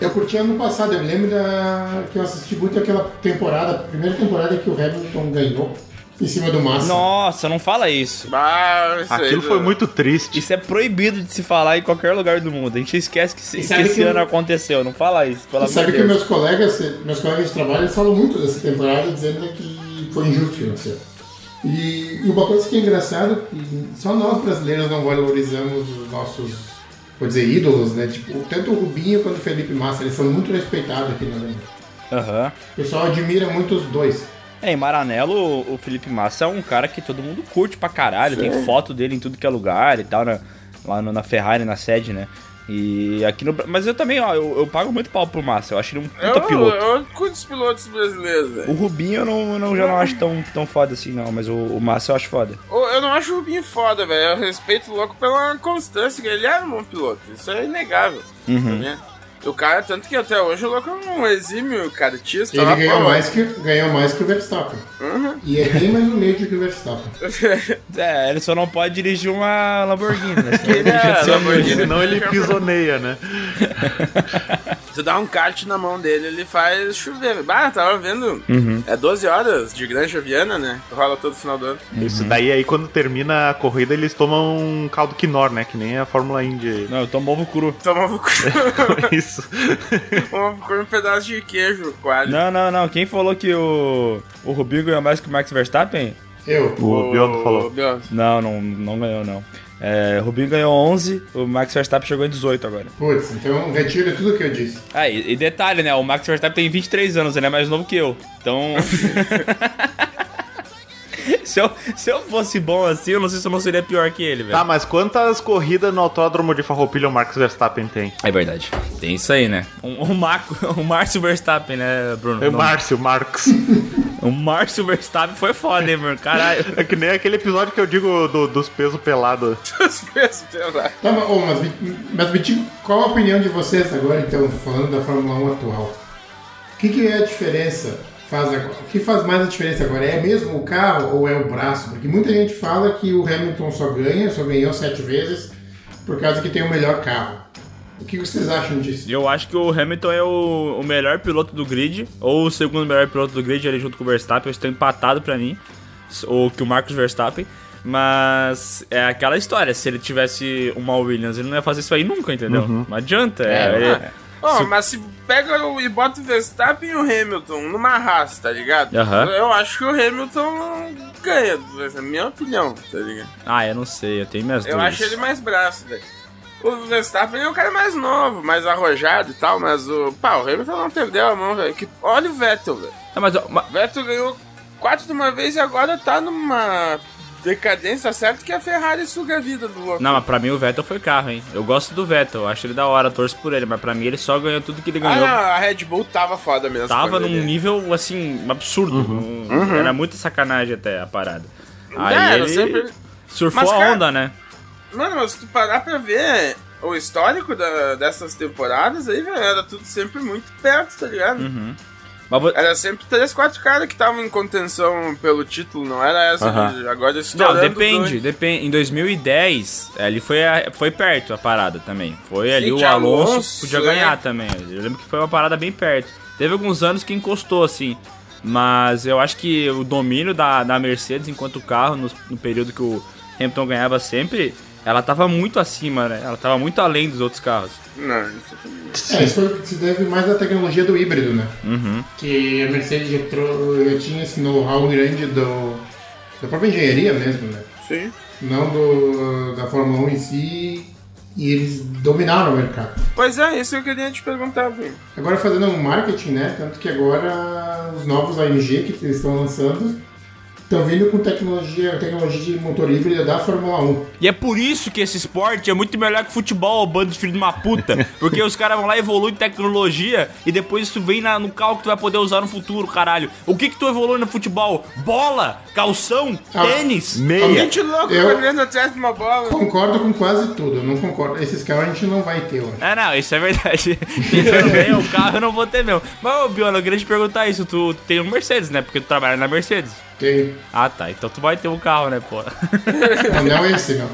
eu curti ano passado, eu me lembro da, que eu assisti muito aquela temporada, primeira temporada que o Hamilton ganhou em cima do Massa.
Nossa, não fala isso.
Bah, isso aí,
Aquilo foi
né?
muito triste.
Isso é proibido de se falar em qualquer lugar do mundo. A gente esquece que, se-
E
que
sabe
esse
que o-
ano aconteceu. Não fala isso, pelo
E
amor
sabe
de
que
Deus.
meus colegas, meus colegas de trabalho eles falam muito dessa temporada, dizendo né, que foi injusto que aconteceu. E, e uma coisa que é engraçada, que só nós brasileiros não valorizamos os nossos, vou dizer, ídolos, né? Tipo, tanto o Rubinho quanto o Felipe Massa, eles são muito respeitados aqui na Alemanha.
Aham.
O pessoal admira muito os dois.
É, em Maranello, o- o Felipe Massa é um cara que todo mundo curte pra caralho. Tem foto dele em tudo que é lugar e tal, na- lá no- na Ferrari, na sede, né? E aqui no. Bra- Mas eu também, ó, eu, eu pago muito pau pro Massa. Eu acho ele um
Eu,
puta
eu,
piloto.
eu curto os pilotos brasileiros, velho.
O Rubinho eu, não, eu não- já não acho tão, tão foda assim, não, mas o, o Massa eu acho foda.
Eu eu não acho o Rubinho foda, velho. Eu respeito o louco pela constância, que ele era um bom piloto. Isso é inegável.
Uhum.
Né? O cara, tanto que até hoje o louco é um exímio cartista.
Ele
lá,
ganhou,
pô,
mais que, ganhou mais que o Verstappen. E é bem mais humilde que o Verstappen.
É, ele só não pode dirigir uma Lamborghini, né?
Ele
Senão ele deixa de
é,
ser humilde.
Lamborghini.
Senão ele pisoneia, né?
Tu dá um kart na mão dele, ele faz chover. velho. Bah, tava vendo. É 12 horas de Granja Viana, né? Que Rola todo final do ano.
Isso daí aí quando termina a corrida eles tomam um caldo quinor, né? Que nem a Fórmula Indy.
Não, eu tomo ovo cru.
Tomava o cu-
Isso.
tomava o cu um pedaço de queijo, quase.
Não, não, não. Quem falou que o, o Rubinho ganhou mais que o Max Verstappen?
Eu.
O Biondo
Ô,
falou.
Biondo.
Não, não, não ganhou, não. É, o Rubinho ganhou 11, o Max Verstappen chegou em 18 agora.
Putz, então retira tudo que eu disse.
Ah, e, e detalhe, né? O Max Verstappen tem 23 anos, ele é mais novo que eu. Então. se, eu, se eu fosse bom assim, eu não sei se eu não seria pior que ele, velho.
Tá, mas quantas corridas no autódromo de Farroupilha o Max Verstappen tem?
É verdade. Tem isso aí, né? Um, um Marco, um Márcio Verstappen, né, Bruno?
É
Não.
Márcio, Marx.
O Márcio Verstappen foi foda, hein, mano? Caralho.
É que nem aquele episódio que eu digo do- dos pesos pelados.
Os pesos pesados.
Tá, mas, ô, mas, me- mas me diga qual a opinião de vocês agora, então, falando da Fórmula 1 atual. O que, que é a diferença? Faz agora? O que faz mais a diferença agora? É mesmo o carro ou é o braço? Porque muita gente fala que o Hamilton só ganha, só ganhou sete vezes, por causa que tem o melhor carro. O que vocês acham disso?
Eu acho que o Hamilton é o, o melhor piloto do grid, ou o segundo melhor piloto do grid, ali junto com o Verstappen. Eles estão empatados pra mim, ou que o Marcos Verstappen. Mas é aquela história, se ele tivesse uma Williams, ele não ia fazer isso aí nunca, entendeu? Não adianta. É, é-
Ó, mas se pega o- e bota o Verstappen e o Hamilton numa raça, tá ligado?
Aham.
Eu acho que o Hamilton ganha, essa é a minha opinião, tá ligado?
Ah, eu não sei, eu tenho minhas
Eu
dúvidas.
acho ele mais braço, velho. O Verstappen é um cara mais novo, mais arrojado e tal, mas o. Pá, o Hamilton não perdeu a mão, velho. Que- Olha o Vettel, velho.
Ah, mas, mas-
O Vettel ganhou quatro de uma vez e agora tá numa decadência, certo? Que a Ferrari suga a vida do louco.
Não, mas pra mim o Vettel foi carro, hein? Eu gosto do Vettel, eu acho ele da hora, torço por ele, mas pra mim ele só ganhou tudo que ele
Ah,
ganhou.
não, a Red Bull tava foda mesmo.
Tava
quando
num
ele-
nível, assim, absurdo. Um- Era muita sacanagem até a parada. Aí
Uhum. É, era
ele
sempre-
surfou
Mas,
a
cara-
onda, né?
Mano, mas se tu parar pra ver o histórico da- dessas temporadas aí, velho, era tudo sempre muito perto, tá
Uhum.
ligado?
Mas vo-
Era sempre três, quatro caras que estavam em contenção pelo título, não era essa de agora
Não,
estourando
depende,
dois.
depende. Em 2010, é, ele foi, a- foi perto a parada também. Foi ali o
tinha
Alonso,
Alonso,
podia ganhar
é.
também. Eu lembro que foi uma parada bem perto. Teve alguns anos que encostou, assim. Mas eu acho que o domínio da, da Mercedes enquanto carro, no, no período que o Hamilton ganhava sempre, ela tava muito acima, né? Ela tava muito além dos outros carros.
Não, isso-
É, isso foi- se deve mais à tecnologia do híbrido, né? Que a Mercedes já, tro- já tinha esse know-how grande do, da própria engenharia mesmo, né?
sim.
não do, da Fórmula 1 em si, e eles dominaram o mercado.
Pois é, isso que eu queria te perguntar, Bruno.
Agora fazendo um marketing, né? Tanto que agora os novos AMG que eles estão lançando, estão vindo com tecnologia, tecnologia de motor híbrido da Fórmula 1.
E é por isso que esse esporte é muito melhor que futebol, bando de filho de uma puta. Porque os caras vão lá e evoluem tecnologia e depois isso vem na- no carro que tu vai poder usar no futuro, caralho. O que que tu evolui no futebol? Bola, calção,
Ah.
tênis.
Meia.
Gente louco
Eu-
correndo atrás de uma bola.
Concordo com quase tudo, eu não concordo. Esses carros a gente não vai ter, eu acho.
Ah, não, isso é verdade. Pensando bem, o carro eu não vou ter mesmo. Mas, ô, Biona, eu queria te perguntar isso. Tu tem um Mercedes, né? Porque tu trabalha na Mercedes.
Tem.
Ah, tá. Então tu vai ter um carro, né, pô?
Não, Então não é esse, não.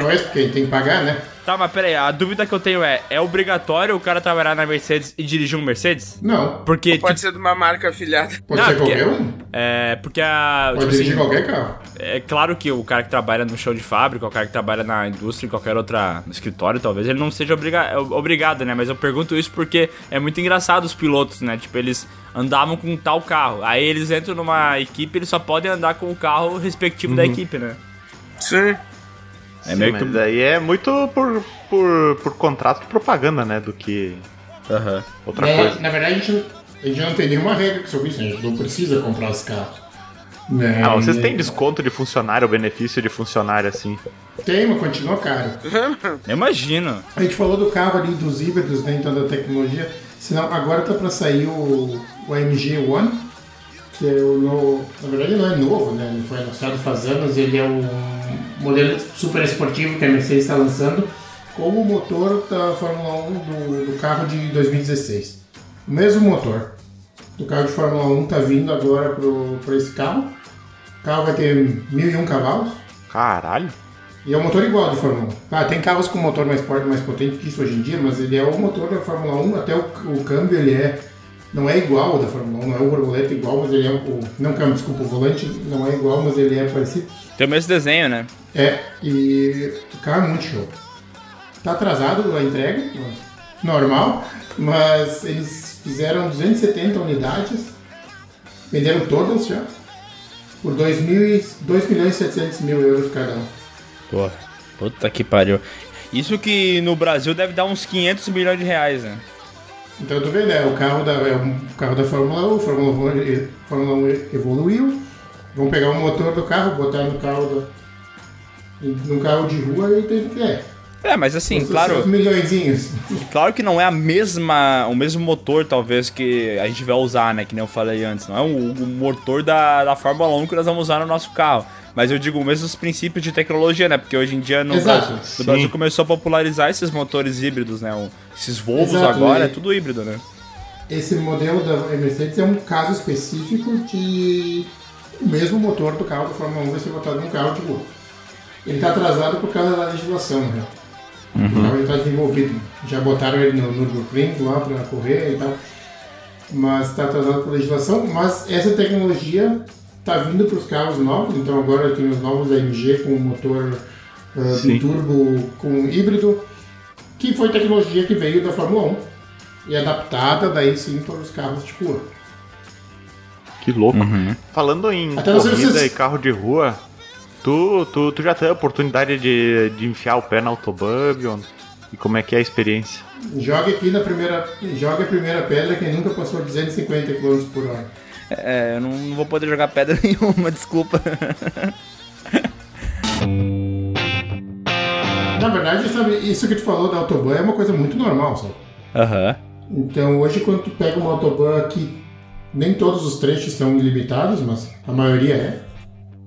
Não é esse, porque tem que pagar, né?
tá, mas pera aí. A dúvida que eu tenho é, é obrigatório o cara trabalhar na Mercedes e dirigir um Mercedes?
Não.
Porque, tipo,
Pode ser de uma marca afiliada.
Pode
Não,
ser
porque-
qualquer um.
É, porque a.
Pode
tipo
dirigir
assim,
qualquer carro.
é claro que o cara que trabalha no chão de fábrica, o cara que trabalha na indústria, em qualquer outra no escritório, talvez, ele não seja obriga obrigado, né? Mas eu pergunto isso porque é muito engraçado os pilotos, né? Tipo, eles andavam com tal carro. Aí eles entram numa equipe, eles só podem andar com o carro respectivo da equipe, né?
Sim.
É
Sim,
meio
mas
que-
daí é muito por, por, por contrato de propaganda, né? Do que
Aham.
outra
Na,
coisa.
É, na verdade, a gente, a gente não tem nenhuma regra sobre isso, né? a gente não precisa comprar os carros.
É.
Né?
Ah, vocês têm desconto de funcionário, benefício de funcionário, assim.
Tem, mas continua caro.
Eu imagino.
A gente falou do carro ali, dos híbridos, né, então da tecnologia. Senão, agora tá pra sair o, o AMG One, que é o novo. Na verdade, não é novo, né? Ele foi anunciado faz anos. Ele é o modelo super esportivo que a Mercedes está lançando, com o motor da Fórmula 1 do, do carro de 2016. O mesmo motor do carro de Fórmula 1 tá vindo agora para esse carro. O carro vai ter 1001 cavalos.
Caralho.
E é um motor igual ao de Fórmula 1. Ah, tem carros com motor mais forte, mais potente que isso hoje em dia, mas ele é o motor da Fórmula 1, até o, o câmbio ele é. Não é igual ao da Fórmula 1, não é o borboleta igual, mas ele é o. Não câmbio, desculpa, o volante não é igual, mas ele é parecido.
Tem o mesmo desenho, né?
É, e o carro é muito show. Tá atrasado a entrega, mas normal, mas eles fizeram 270 unidades, venderam todas já, por 2 milhões e 700 mil euros cada um.
Pô, puta que pariu. Isso que no Brasil deve dar uns 500 milhões de reais, né?
Então tu vê, né? O carro da, é um carro da Fórmula 1, a Fórmula 1, e- Fórmula 1 evoluiu. Vão pegar o motor do carro, botar no carro do, no carro de rua e tem que é.
É, mas assim,
Uns
claro.
600 milhõezinhos.
Claro que não é a mesma, o mesmo motor, talvez, que a gente vai usar, né? Que nem eu falei antes. Não é o, o motor da, da Fórmula 1 que nós vamos usar no nosso carro. Mas eu digo mesmo os princípios de tecnologia, né? Porque hoje em dia no,
Exato.
Brasil, no
Sim.
Brasil começou a popularizar esses motores híbridos, né? o- esses Volvos
Exato,
agora
né?
é tudo híbrido, né?
Esse modelo da Mercedes é um caso específico de o mesmo motor do carro da Fórmula 1 vai ser botado num carro de rua. Ele está atrasado por causa da legislação, né? O carro está desenvolvido. Já botaram ele no Nürburgring lá para correr e tal. Mas está atrasado por legislação. Mas essa tecnologia está vindo para os carros novos. Então agora tem os novos AMG com motor uh,
Sim.
biturbo com híbrido. Que foi tecnologia que veio da Fórmula 1. E adaptada daí sim para os carros de rua.
Que louco.
Uhum.
Falando em
Até não sei
corrida
se-
e carro de rua, tu, tu, tu já tem a oportunidade de, de enfiar o pé na autobahn, Bion? E como é que é a experiência?
Joga aqui na primeira. Joga a primeira pedra quem nunca passou 250 km por hora.
É, eu não, não vou poder jogar pedra nenhuma, desculpa.
Na verdade, sabe, isso que tu falou da Autobahn é uma coisa muito normal, sabe?
Aham.
Então hoje quando tu pega uma Autobahn aqui, nem todos os trechos são ilimitados, mas a maioria é.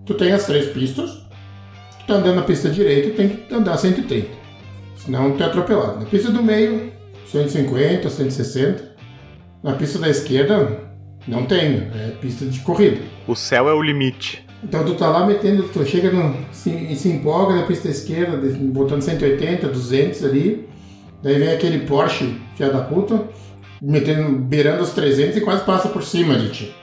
Tu tem as três pistas, tu tá andando na pista direita, tem que andar 130. Senão tu é atropelado. Na pista do meio, 150, 160. Na pista da esquerda, não tem, é pista de corrida.
O céu é o limite.
Então tu tá lá metendo, tu chega no, se, e se empolga na pista esquerda, de- botando 180, 200 ali. Daí vem aquele Porsche, filha da puta, metendo, beirando os 300 e quase passa por cima de ti.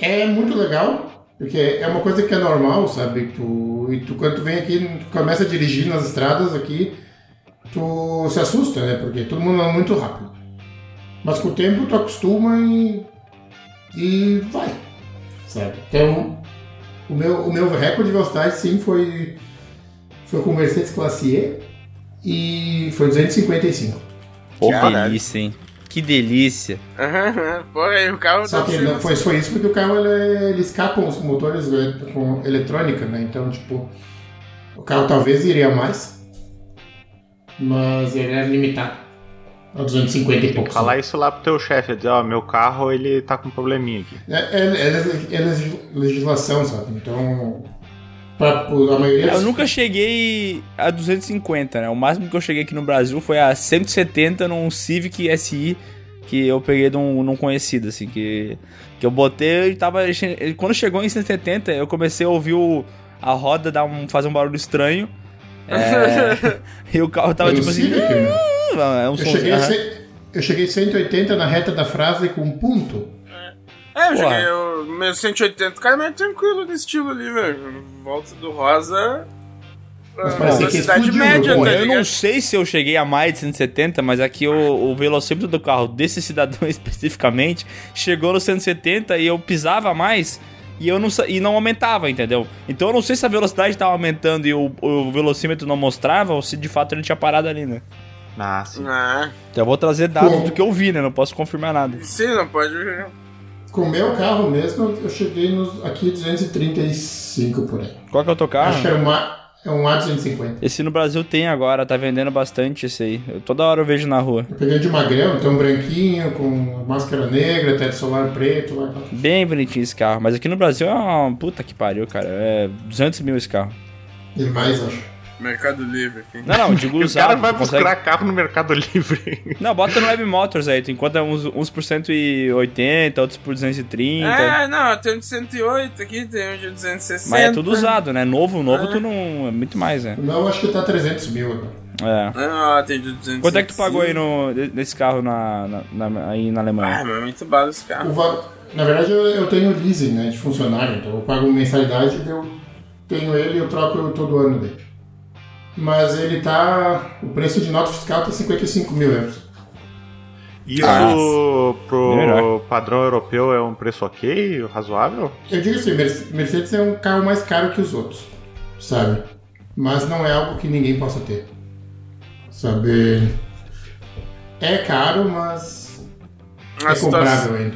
É muito legal, porque é uma coisa que é normal, sabe? Tu, e tu, quando tu vem aqui, tu começa a dirigir nas estradas aqui, tu se assusta, né? Porque todo mundo é muito rápido. Mas com o tempo tu acostuma e, e vai, sabe? Então, o meu, o meu recorde de velocidade, sim, foi, foi com o Mercedes Classe E e foi 255.
Pô,
Caralho.
né?
delícia, hein?
Que delícia.
Aham, Pô, aí o carro
Só
tá
que não foi, foi isso porque o carro ele, ele escapa os motores ele- com eletrônica, né? Então, tipo, o carro talvez iria mais, mas ele era limitado a 250 e poucos. né?
Falar isso lá pro teu chefe, dizer, ó, meu carro ele tá com um probleminha aqui.
É, é, é legis- é legis- legislação, sabe? Então, pra, pra- a maioria. é
Eu nunca cheguei a 250, né? O máximo que eu cheguei aqui no Brasil foi a 170 num Civic SI que eu peguei de um, num conhecido, assim, que, que eu botei e tava. ele- Quando chegou em 170, eu comecei a ouvir o- a roda dar um, fazer um barulho estranho. É, e o carro tava
Eu
tipo assim.
Civic, né?
"Ah", É um
eu,
som.
cheguei a
aham.
cem- eu cheguei 180 na reta da frase com um ponto.
É, eu
Porra.
joguei o meu 180, cara, mas tranquilo nesse estilo ali, velho. Volta do rosa
Mas
pra
parece
pra
que
É, cidade
explodiu,
média,
pô.
tá
Eu não
ligado?
sei se eu cheguei a mais de 170, mas aqui o, o velocímetro do carro desse cidadão especificamente chegou no 170 e eu pisava mais e eu não sa- e não aumentava, entendeu? Então eu não sei se a velocidade estava aumentando e o, o velocímetro não mostrava ou se de fato ele tinha parado ali, né?
Ah, sim.
Ah,
Então eu vou trazer dados
Bom.
do que eu vi, né? Não posso confirmar nada.
sim, não pode.
Com o meu carro mesmo, eu cheguei nos, aqui 235 por aí.
Qual que é o teu
Acho que
carro?
era um A, é um A250.
Esse no Brasil tem agora, tá vendendo bastante esse aí. Eu- toda hora eu vejo na rua.
Eu peguei de magrão, então branquinho, com máscara negra, teto solar preto. Lá, lá.
Bem bonitinho esse carro, mas aqui no Brasil é uma puta que pariu, cara. É 200 mil esse carro.
E mais, acho.
Mercado Livre aqui.
Não, não, digo
O cara
usado.
vai
tu
buscar
consegue-
carro no Mercado Livre.
Não, bota no Web Motors aí, tu encontra uns, uns por 180, outros por 230.
Ah, não, tem um de 108 aqui, tem um de 260.
então. mas é tudo usado, né? Novo, novo tu não. É muito mais, né?
O meu acho que tá 300 mil agora.
É.
Ah, tem de 260.
Quanto é que tu pagou aí no, nesse carro na, na- na- aí na
Ah,
Alemanha?
mas é muito bala esse
O
carro.
va- Na verdade, eu, eu tenho leasing, né, de funcionário, então eu pago mensalidade, daí eu tenho ele e eu troco todo ano dele. Mas ele tá... o preço de nota fiscal tá 55 mil euros.
Isso pro
Melhor.
padrão europeu é um preço ok, razoável?
Eu digo assim, Merce- Mercedes é um carro mais caro que os outros, sabe? Mas não é algo que ninguém possa ter. Sabe? É caro, mas
A
é comprável
situação.
ainda.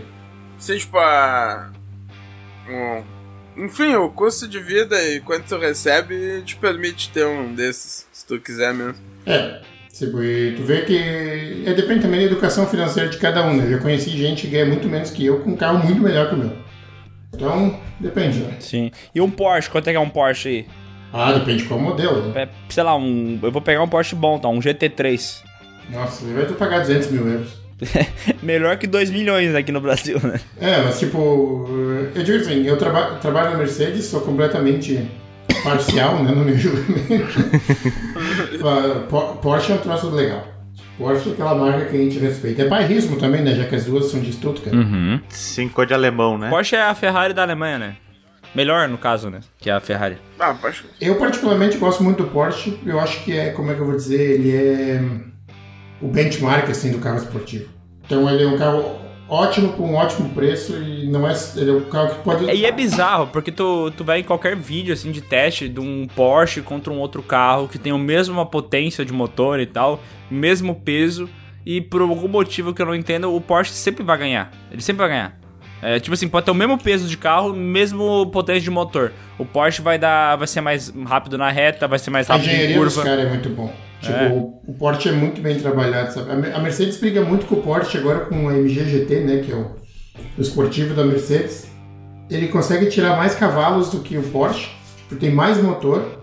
Se tipo a. um- Enfim, o custo de vida e quanto tu recebe te permite ter um desses, se tu quiser mesmo.
É. Tipo, e tu vê que é, depende também da educação financeira de cada um, né? Eu já conheci gente que ganha muito menos que eu com um carro muito melhor que o meu. Então, depende, né?
Sim. E um Porsche, quanto é que é um Porsche aí?
Ah, depende qual modelo, né?
É, sei lá, um. Eu vou pegar um Porsche bom, tá? Um GT3.
Nossa, ele vai tu pagar 200 mil euros.
Melhor que 2 milhões aqui no Brasil, né?
É, mas tipo, eu digo assim, eu traba trabalho na Mercedes, sou completamente parcial, né, no meu julgamento. Ah, Po- Porsche é um troço legal. Porsche é aquela marca que a gente respeita. É bairrismo também, né, já que as duas são de Stuttgart.
Uhum.
Cinco de alemão, né?
Porsche é a Ferrari da Alemanha, né? Melhor, no caso, né? Que é a Ferrari.
Ah, acho
Eu particularmente gosto muito do Porsche, eu acho que é, como é que eu vou dizer, ele é o benchmark, assim, do carro esportivo. Então ele é um carro ótimo, com um ótimo preço e não é... Ele é um carro que pode...
E é bizarro, porque tu, tu vai em qualquer vídeo assim de teste de um Porsche contra um outro carro que tem a mesma potência de motor e tal, mesmo peso, e por algum motivo que eu não entendo, o Porsche sempre vai ganhar. Ele sempre vai ganhar. É, tipo assim, pode ter o mesmo peso de carro, mesmo potência de motor. O Porsche vai dar, vai ser mais rápido na reta, vai ser mais
A
rápido em
engenharia dos
curva.
caras é muito bom. Tipo,
É.
o- o Porsche é muito bem trabalhado, sabe? A Me- A Mercedes briga muito com o Porsche agora com o MG GT, né? Que é o, o esportivo da Mercedes. Ele consegue tirar mais cavalos do que o Porsche, porque tem mais motor,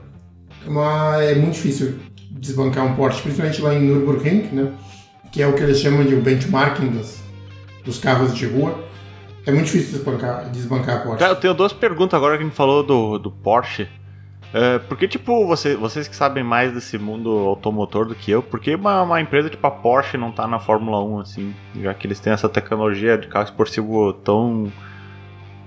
mas é muito difícil desbancar um Porsche, principalmente lá em Nürburgring, né? Que é o que eles chamam de o benchmarking dos, dos carros de rua. É muito difícil desbancar, desbancar a Porsche.
Cara, eu tenho duas perguntas agora que a gente falou do, do Porsche. É, por que, tipo, você, vocês que sabem mais desse mundo automotor do que eu, por que uma, uma empresa tipo a Porsche não tá na Fórmula 1, assim? Já que eles têm essa tecnologia de carro esportivo tão,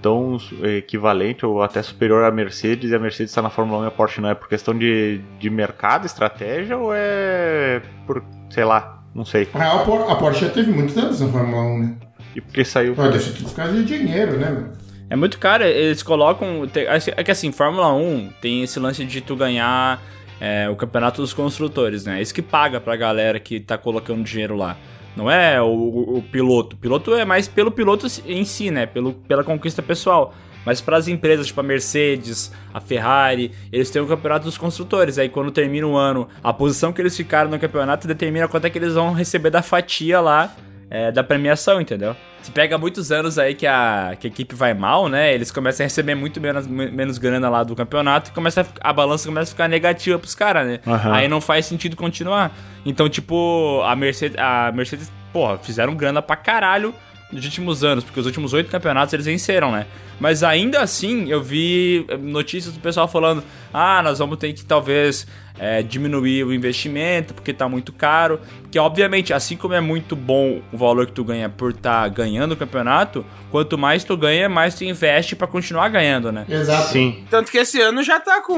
tão é, equivalente ou até superior à Mercedes, e a Mercedes tá na Fórmula 1 e a Porsche não. É por questão de, de mercado, estratégia, ou é por, sei lá, não sei.
Na real, a Por- a Porsche já teve muitos anos na Fórmula 1, né?
E por que saiu...
Ah, deve ser tudo por causa de dinheiro, né, meu?
É muito caro, eles colocam. tem- É que assim, Fórmula 1 tem esse lance de tu ganhar é, o campeonato dos construtores, né? Isso que paga pra galera que tá colocando dinheiro lá. Não é o, o- o piloto. O piloto é mais pelo piloto em si, né? Pelo, pela conquista pessoal. Mas para as empresas, tipo a Mercedes, a Ferrari, eles têm o campeonato dos construtores. Aí quando termina o ano, a posição que eles ficaram no campeonato determina quanto é que eles vão receber da fatia lá é, da premiação, entendeu? Se pega muitos anos aí que a, que a equipe vai mal, né? Eles começam a receber muito menos, me- menos grana lá do campeonato e começa a, fi- a balança começa a ficar negativa pros caras, né?
Aham.
Aí não faz sentido continuar. Então, tipo, a Mercedes, a Mercedes, porra, fizeram grana pra caralho nos últimos anos, porque os últimos oito campeonatos eles venceram, né? Mas ainda assim, eu vi eh, notícias do pessoal falando: ah, nós vamos ter que talvez eh, diminuir o investimento porque tá muito caro. Que obviamente, assim como é muito bom o valor que tu ganha por estar ganhando o campeonato, quanto mais tu ganha, mais tu investe pra continuar ganhando, né?
Exato.
Sim.
Tanto que esse ano já tá com.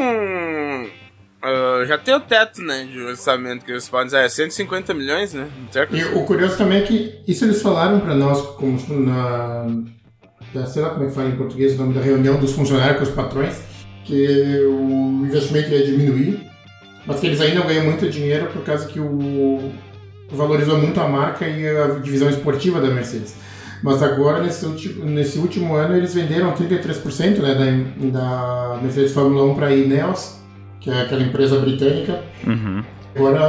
ah, já tem o teto, né? De orçamento que eles podem usar. É 150 milhões, né? Não tem
E
coisa.
o curioso também é que isso eles falaram pra nós, como na, na- sei lá como é que fala em português o nome da reunião dos funcionários com os patrões, que o investimento ia diminuir, mas que eles ainda ganham muito dinheiro por causa que o valorizou muito a marca e a divisão esportiva da Mercedes. Mas agora, nesse último, nesse último ano, eles venderam 33% né, da, da Mercedes Fórmula 1 para a Ineos, que é aquela empresa britânica,
Uhum.
Agora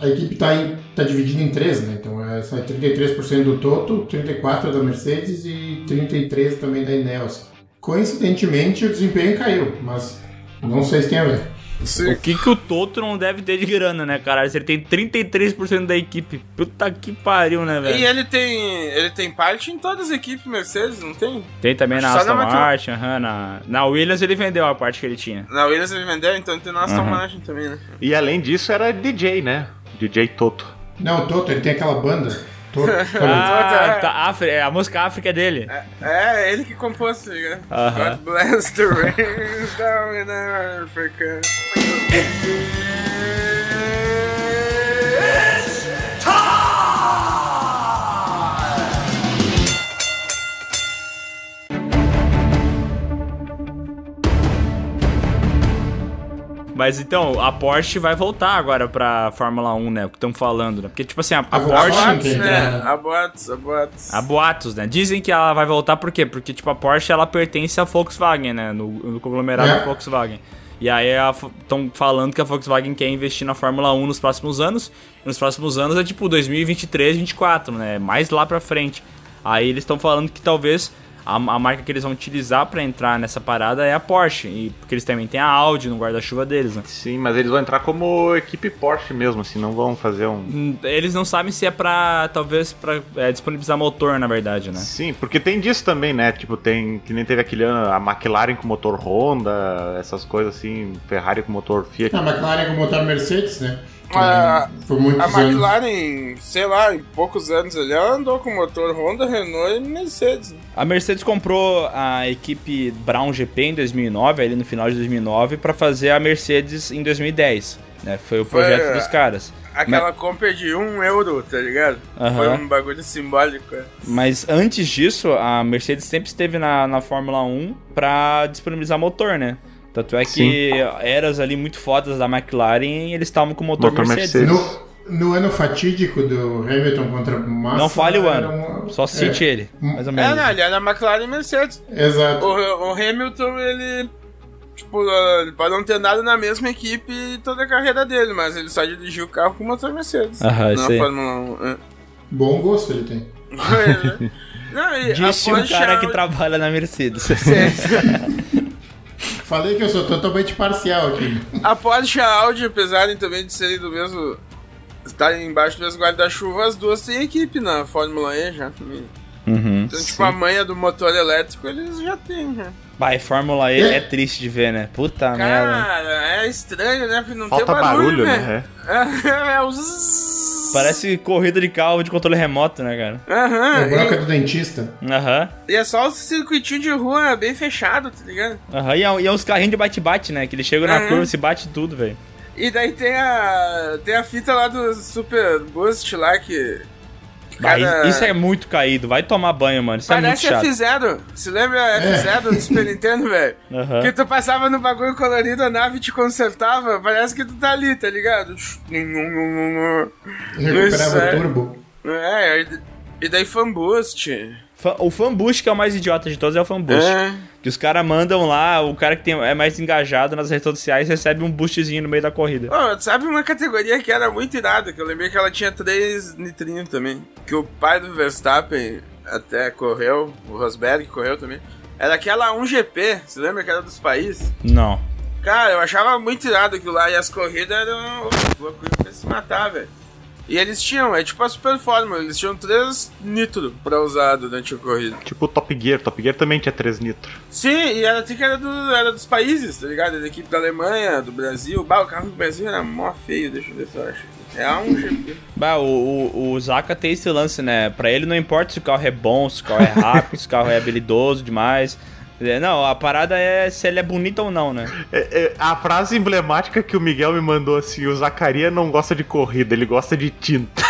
a equipe está tá dividida em três, né? Então é, sai 33% do Toto, 34% é da Mercedes e 33% também da Ineos. Coincidentemente o desempenho caiu, mas não sei se tem a ver.
O que, que o Toto não deve ter de grana, né, cara? Ele tem 33% da equipe. Puta que pariu, né,
E
velho?
ele tem. Ele tem parte em todas as equipes Mercedes, não tem?
Tem também na
é- Só
Aston
na Matu-
Martin, aham, na, na Williams ele vendeu a parte que ele tinha.
Na Williams ele vendeu, então ele tem na Aston Martin também, né?
E além disso, era DJ, né? DJ Toto.
Não, o Toto, ele tem aquela banda. Toto,
Ah,
Tota-
tá, Áfri- é, a música África é dele.
É, ele que compôs, tá ligado?
Aham.
God bless the rains down in Africa.
Mas então, a Porsche vai voltar agora pra Fórmula 1, né? O que estão falando, né? Porque, tipo assim, a, a
A
Porsche.
Porsche?
Boatos,
É.
né? A boatos, a boatos.
Há boatos, né? Dizem que ela vai voltar por quê? Porque, tipo, a Porsche, ela pertence à Volkswagen, né? No, no conglomerado
É.
da Volkswagen. E aí estão falando que a Volkswagen quer investir na Fórmula 1 nos próximos anos. E nos próximos anos é, tipo, 2023, 2024, né? Mais lá pra frente. Aí eles estão falando que talvez a, a marca que eles vão utilizar pra entrar nessa parada é a Porsche. E, porque eles também têm a Audi no guarda-chuva deles, né?
Sim, mas eles vão entrar como equipe Porsche mesmo, assim, não vão fazer um.
Hum, Eles não sabem se é pra, talvez, pra é, disponibilizar motor, na verdade, né?
Sim, porque tem disso também, né? Tipo, tem que nem teve aquele ano a McLaren com motor Honda, essas coisas assim, Ferrari com motor Fiat.
a McLaren com motor Mercedes, né?
Ah,
Também, Por muitos
A
anos.
McLaren, sei lá, em poucos anos ali, ela andou com motor Honda, Renault e Mercedes.
A Mercedes comprou a equipe Brown GP em 2009, ali no final de 2009, pra fazer a Mercedes em 2010. Né? Foi o
Foi,
projeto
é.
dos caras.
Aquela compra de um euro, tá ligado?
Aham.
Foi um bagulho simbólico. é.
Mas antes disso, a Mercedes sempre esteve na, na Fórmula 1 pra disponibilizar motor, né? Tanto é que
Sim.
eras ali muito fodas da McLaren e eles estavam com o motor,
Motor
Mercedes.
Mercedes.
No, no ano fatídico do Hamilton contra Massa...
Não fale o
era
ano,
um-
só cite
é,
ele, mais ou
É,
menos.
não, ele era McLaren e Mercedes. O,
Exato.
o Hamilton, ele. Tipo, ah, pode não ter nada na mesma equipe toda a carreira dele, mas ele só dirigiu o carro com motor Mercedes.
Aham,
não
isso aí.
Fórmula 1. é.
Bom gosto ele tem.
Pois é. Não, e a
Disse o
Porsche
cara que
é o-
trabalha na Mercedes.
Falei que eu sou totalmente parcial aqui.
A Porsche e a Audi, apesar de também de serem do mesmo. estarem embaixo do mesmo guarda-chuva, as duas têm equipe na Fórmula E já também.
uhum.
Então, tipo, a manha do motor elétrico eles já têm, né?
Vai, Fórmula E é triste de ver, né? Puta merda.
Cara, é estranho, né? Porque Não
Falta
tem
barulho,
barulho,
né?
velho. É, é o zzzz.
Parece corrida de carro de controle remoto, né, cara?
É
Aham,
a broca do dentista.
Aham.
e, e é só o circuitinho de rua bem fechado, tá ligado?
Aham. E, é, e é uns carrinhos de bate-bate, né? Que eles chegam na
Aham.
curva e se bate tudo, velho.
E daí tem a. tem a fita lá do Super Boost lá que.
Bah,
Cara-
Isso é muito caído. Vai tomar banho, mano. Isso
Parece
é muito chato.
F0. Você lembra F0 do Super Nintendo, velho?
Aham.
Que tu passava no bagulho colorido, a nave te consertava. Parece que tu tá ali, tá ligado?
Recuperava
Isso, é.
turbo.
É, e- e daí fanboost.
Fa- O fanbush que é o mais idiota de todos é o fanbush.
É.
Que os caras mandam lá, o cara que tem, é mais engajado nas redes sociais recebe um boostzinho no meio da corrida.
Ô, tu sabe uma categoria que era muito irada, que eu lembrei que ela tinha três nitrinhos também. Que o pai do Verstappen até correu, o Rosberg correu também. Era aquela 1GP, você lembra que era dos países?
Não.
Cara, eu achava muito irado aquilo lá e as corridas eram ô, uma coisa pra se matar, velho. E eles tinham, é tipo a Super Fórmula, eles tinham três nitro pra usar durante a corrida.
Tipo Top Gear, Top Gear também tinha 3 nitro.
Sim, e era assim que era, do- era dos países, tá ligado? Da equipe da Alemanha, do Brasil. Bah, o carro do Brasil era mó feio, deixa eu ver se eu acho. É a 1GP.
Bah, o, o, o Zaka tem esse lance, né? Pra ele não importa se o carro é bom, se o carro é rápido, se o carro é habilidoso demais. É, Não, a parada é se ele é bonito ou não, né?
É, é, a frase emblemática que o Miguel me mandou assim: o Zacaria não gosta de corrida, ele gosta de tinta.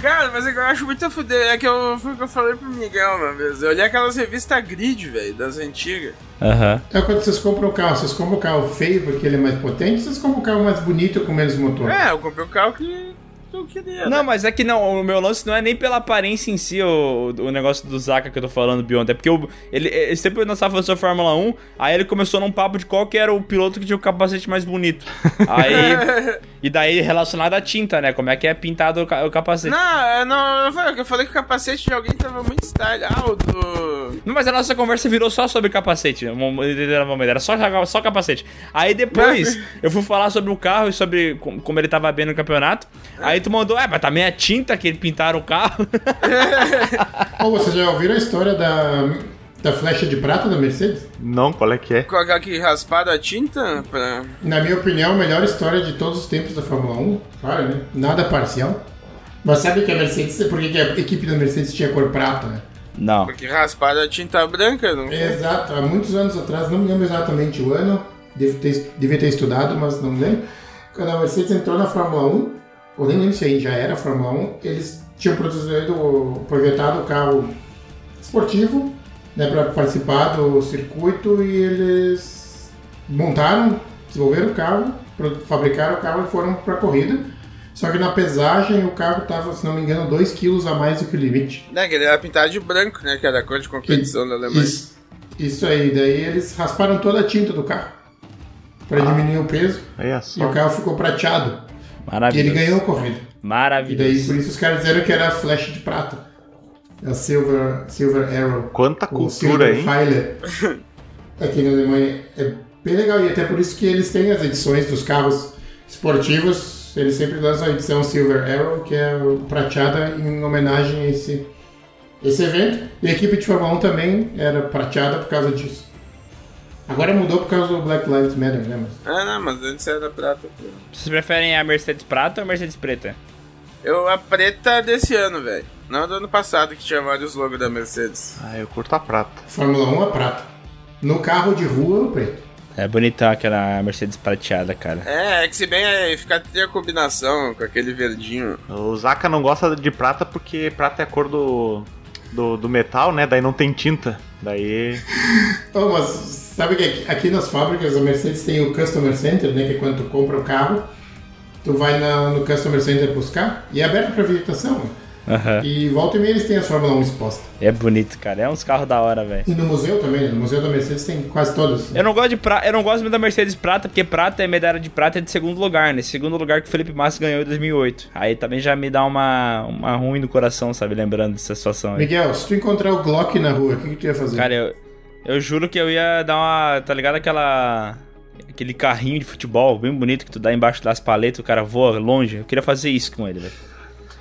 Cara, mas é que eu acho muito a fuder. É que eu, foi o que eu falei pro Miguel uma vez. Eu olhei aquelas revistas grid, velho, das antigas.
Aham.
É quando vocês compram o carro. Vocês compram o carro feio porque ele é mais potente, vocês compram o carro mais bonito com menos motor.
É, eu comprei o carro que que eu queria. né?
Não, mas é que não, o meu lance não é nem pela aparência em si, o, o negócio do Zaka que eu tô falando, Beyond. É porque o- ele, ele sempre nós tava falando sobre Fórmula 1, aí ele começou num papo de qual que era o piloto que tinha o capacete mais bonito. Aí. e daí relacionado à tinta, né? Como é que é pintado o, ca- o capacete. Não.
Não, eu não, eu falei, eu falei que o capacete de alguém tava muito style. Ah, o do.
mas a nossa conversa virou só sobre capacete, um- literalmente, era só, só capacete. Aí depois eu fui falar sobre o carro e sobre com- como ele tava bem no campeonato. Aí tu mandou, é, mas também a tinta que ele pintaram o carro.
Ou vocês já ouviram a história da, da flecha de prata da Mercedes?
Não, qual é que é?
Com aquela que raspada a tinta? Pra...
Na minha opinião, a melhor história de todos os tempos da Fórmula 1. Claro, né? Nada parcial. Mas sabe que a Mercedes, por que que a equipe da Mercedes tinha cor prata, né?
Não.
Porque raspada a tinta branca, não.
É, Exato, há muitos anos atrás, não me lembro exatamente o ano, devo ter, devia ter estudado, mas não me lembro. Quando a Mercedes entrou na Fórmula 1, ou nem lembro se aí já era a Fórmula 1, eles tinham produzido, projetado o carro esportivo né, para participar do circuito e eles montaram, desenvolveram o carro, pro- fabricaram o carro e foram para a corrida. Só que na pesagem o carro estava, se não me engano, 2 kg a mais do que o limite.
Né, que ele era pintado de branco, né? Que era a cor de competição da Alemanha.
Isso, isso aí, daí eles rasparam toda a tinta do carro para diminuir o peso
É
e o
só.
carro ficou prateado. E
Maravilhoso.
ele ganhou a corrida. E
Maravilhoso.
daí por isso os caras disseram que era a flecha de prata. A Silver, Silver Arrow.
Quanta
ou
cultura,
Silver
hein?
Pfeiler. Aqui na Alemanha é bem legal e até por isso que eles têm as edições dos carros esportivos. Eles sempre lançam a edição Silver Arrow, que é o prateada em homenagem a esse, esse evento. E a equipe de Fórmula 1 também era prateada por causa disso. Agora mudou por causa do Black Lives Matter, né? Mas...
Ah, não, mas antes era prata. pô.
Vocês preferem a Mercedes prata ou a Mercedes preta?
Eu, a preta desse ano, velho. Não do ano passado, que tinha vários logos da Mercedes.
Ah, eu curto a prata.
Fórmula 1 é prata. No carro de rua, o preto.
É bonita aquela Mercedes prateada, cara.
É, é que se bem aí fica ter a combinação com aquele verdinho.
O Zaka não gosta de prata porque prata é a cor do, do, do metal, né? Daí não tem tinta. Daí.
Oh, mas sabe que aqui, aqui nas fábricas a Mercedes tem o Customer Center, né? Que é quando tu compra o carro, tu vai na- no Customer Center buscar e é aberto para visitação.
Aham.
E volta e meia eles têm a Fórmula 1 exposta.
É bonito, cara. É uns carros da hora, velho.
E no museu também, né? No museu da Mercedes tem quase todas.
Eu não gosto de pra... eu não gosto muito da Mercedes prata, porque prata é medalha de prata é de segundo lugar, né? Segundo lugar que o Felipe Massa ganhou em 2008. Aí também já me dá uma uma ruim no coração, sabe, lembrando dessa situação aí.
Miguel, se tu encontrar o Glock na rua, o que, que tu ia fazer?
Cara, eu, eu juro que eu ia dar uma. Tá ligado aquela. Aquele carrinho de futebol bem bonito que tu dá embaixo das paletas, o cara voa longe. Eu queria fazer isso com ele, velho.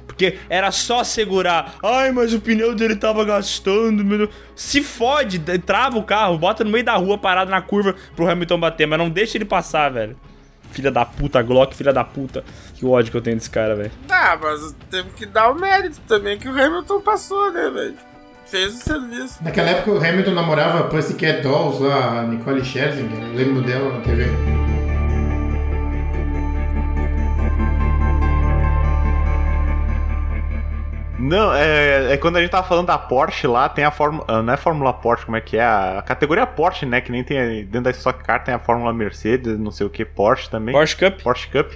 Porque era só segurar. Ai, mas o pneu dele tava gastando. meu Deus." Se fode, de- trava o carro, bota no meio da rua parado na curva pro Hamilton bater, mas não deixa ele passar, velho. Filha da puta, Glock, filha da puta. Que ódio que eu tenho desse cara, velho.
Tá, mas temos que dar o mérito também que o Hamilton passou, né, velho? Fez o serviço.
Naquela época o Hamilton namorava a Pussycat Dolls lá, a Nicole Scherzinger, eu lembro dela na TV.
Não, é, é quando a gente tava falando da Porsche lá, tem a Fórmula. Não é Fórmula Porsche, como é que é? A categoria Porsche, né? Que nem tem dentro da Stock Car, tem a Fórmula Mercedes, não sei o que, Porsche também.
Porsche Cup.
Porsche Cup.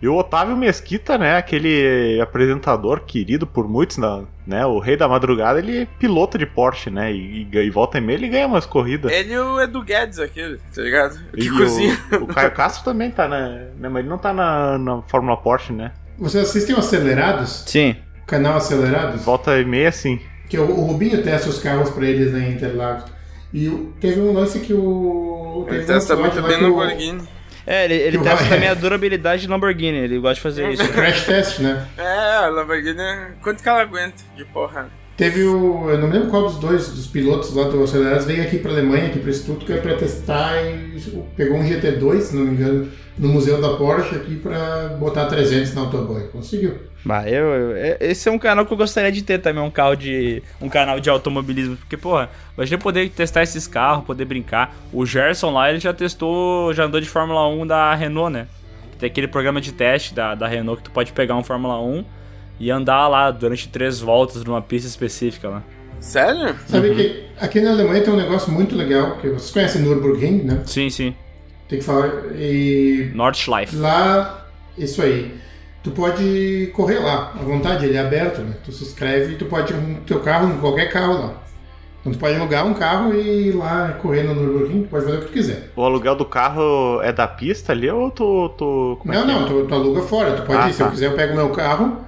E o Otávio Mesquita, né, aquele apresentador querido por muitos, na- né, o rei da madrugada, ele é piloto de Porsche, né, e, e ganha- e volta e meia ele ganha umas corridas.
Ele e o Edu Guedes, aquele, tá ligado? Que
E
cozinha.
O, o Caio Castro também tá, né, né, mas ele não tá na, na Fórmula Porsche, né,
Vocês assistem o Acelerados?
Sim.
O canal Acelerados?
volta e meia sim.
Que o, o Rubinho testa os carros pra eles na Interlagos. E o- teve um lance que o. teve
Ele
um
testa
episódio
muito
lá
bem
que
no
o-
Borghini.
É, ele, ele
Que
testa
vai- É.
também a durabilidade de Lamborghini, ele gosta de fazer isso.
Crash test, né?
É, a Lamborghini, é quanto que ela aguenta de porra?
Teve o. Eu não me lembro qual dos dois, dos pilotos lá do Acelerados, veio aqui pra Alemanha, aqui pra Stuttgart, pra testar e pegou um GT2, se não me engano, no Museu da Porsche aqui pra botar 300 na Autoboy. Conseguiu.
Bah, eu, eu- é- esse é um canal que eu gostaria de ter também, um carro de. um canal de automobilismo. Porque, porra, imagina poder testar esses carros, poder brincar. O Gerson lá, ele já testou, já andou de Fórmula 1 da Renault, né? Tem aquele programa de teste da, da Renault que tu pode pegar um Fórmula 1 e andar lá durante três voltas numa pista específica lá.
Sério?
Sabe que aqui na Alemanha tem um negócio muito legal, que vocês conhecem Nürburgring, né?
Sim, sim.
Tem que falar. E
Nordschleife.
lá, isso aí. Tu pode correr lá, à vontade, ele é aberto, né? Tu se inscreve e tu pode ir com teu carro, com qualquer carro lá. Então tu pode alugar um carro e ir lá correr no Nürburgring, tu pode fazer o que tu quiser.
O aluguel do carro é da pista ali ou tu... tu como é
Não,
que é?
não, tu, tu aluga fora, tu pode
Ah,
ir. Se eu
tá.
quiser, eu pego meu carro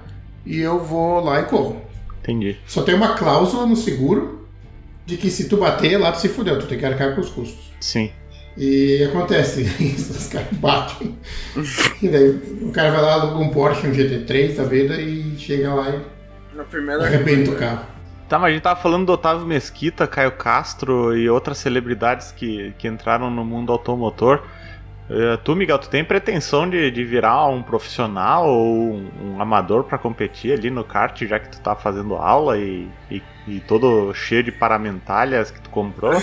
e eu vou lá e corro.
Entendi.
Só tem uma cláusula no seguro de que se tu bater lá, tu se fudeu, tu tem que arcar com os custos.
Sim.
E acontece isso, os caras batem. e daí o cara vai lá, aluga um Porsche, um GT3 da vida e chega lá e
Na primeira.
arrebenta o carro.
Tá, mas a gente tava falando do Otávio Mesquita, Caio Castro e outras celebridades que, que entraram no mundo automotor. Eh, tu, Miguel, tu tem pretensão de, de virar um profissional ou um, um amador pra competir ali no kart, já que tu tá fazendo aula e, e- e todo cheio de paramentalhas que tu comprou?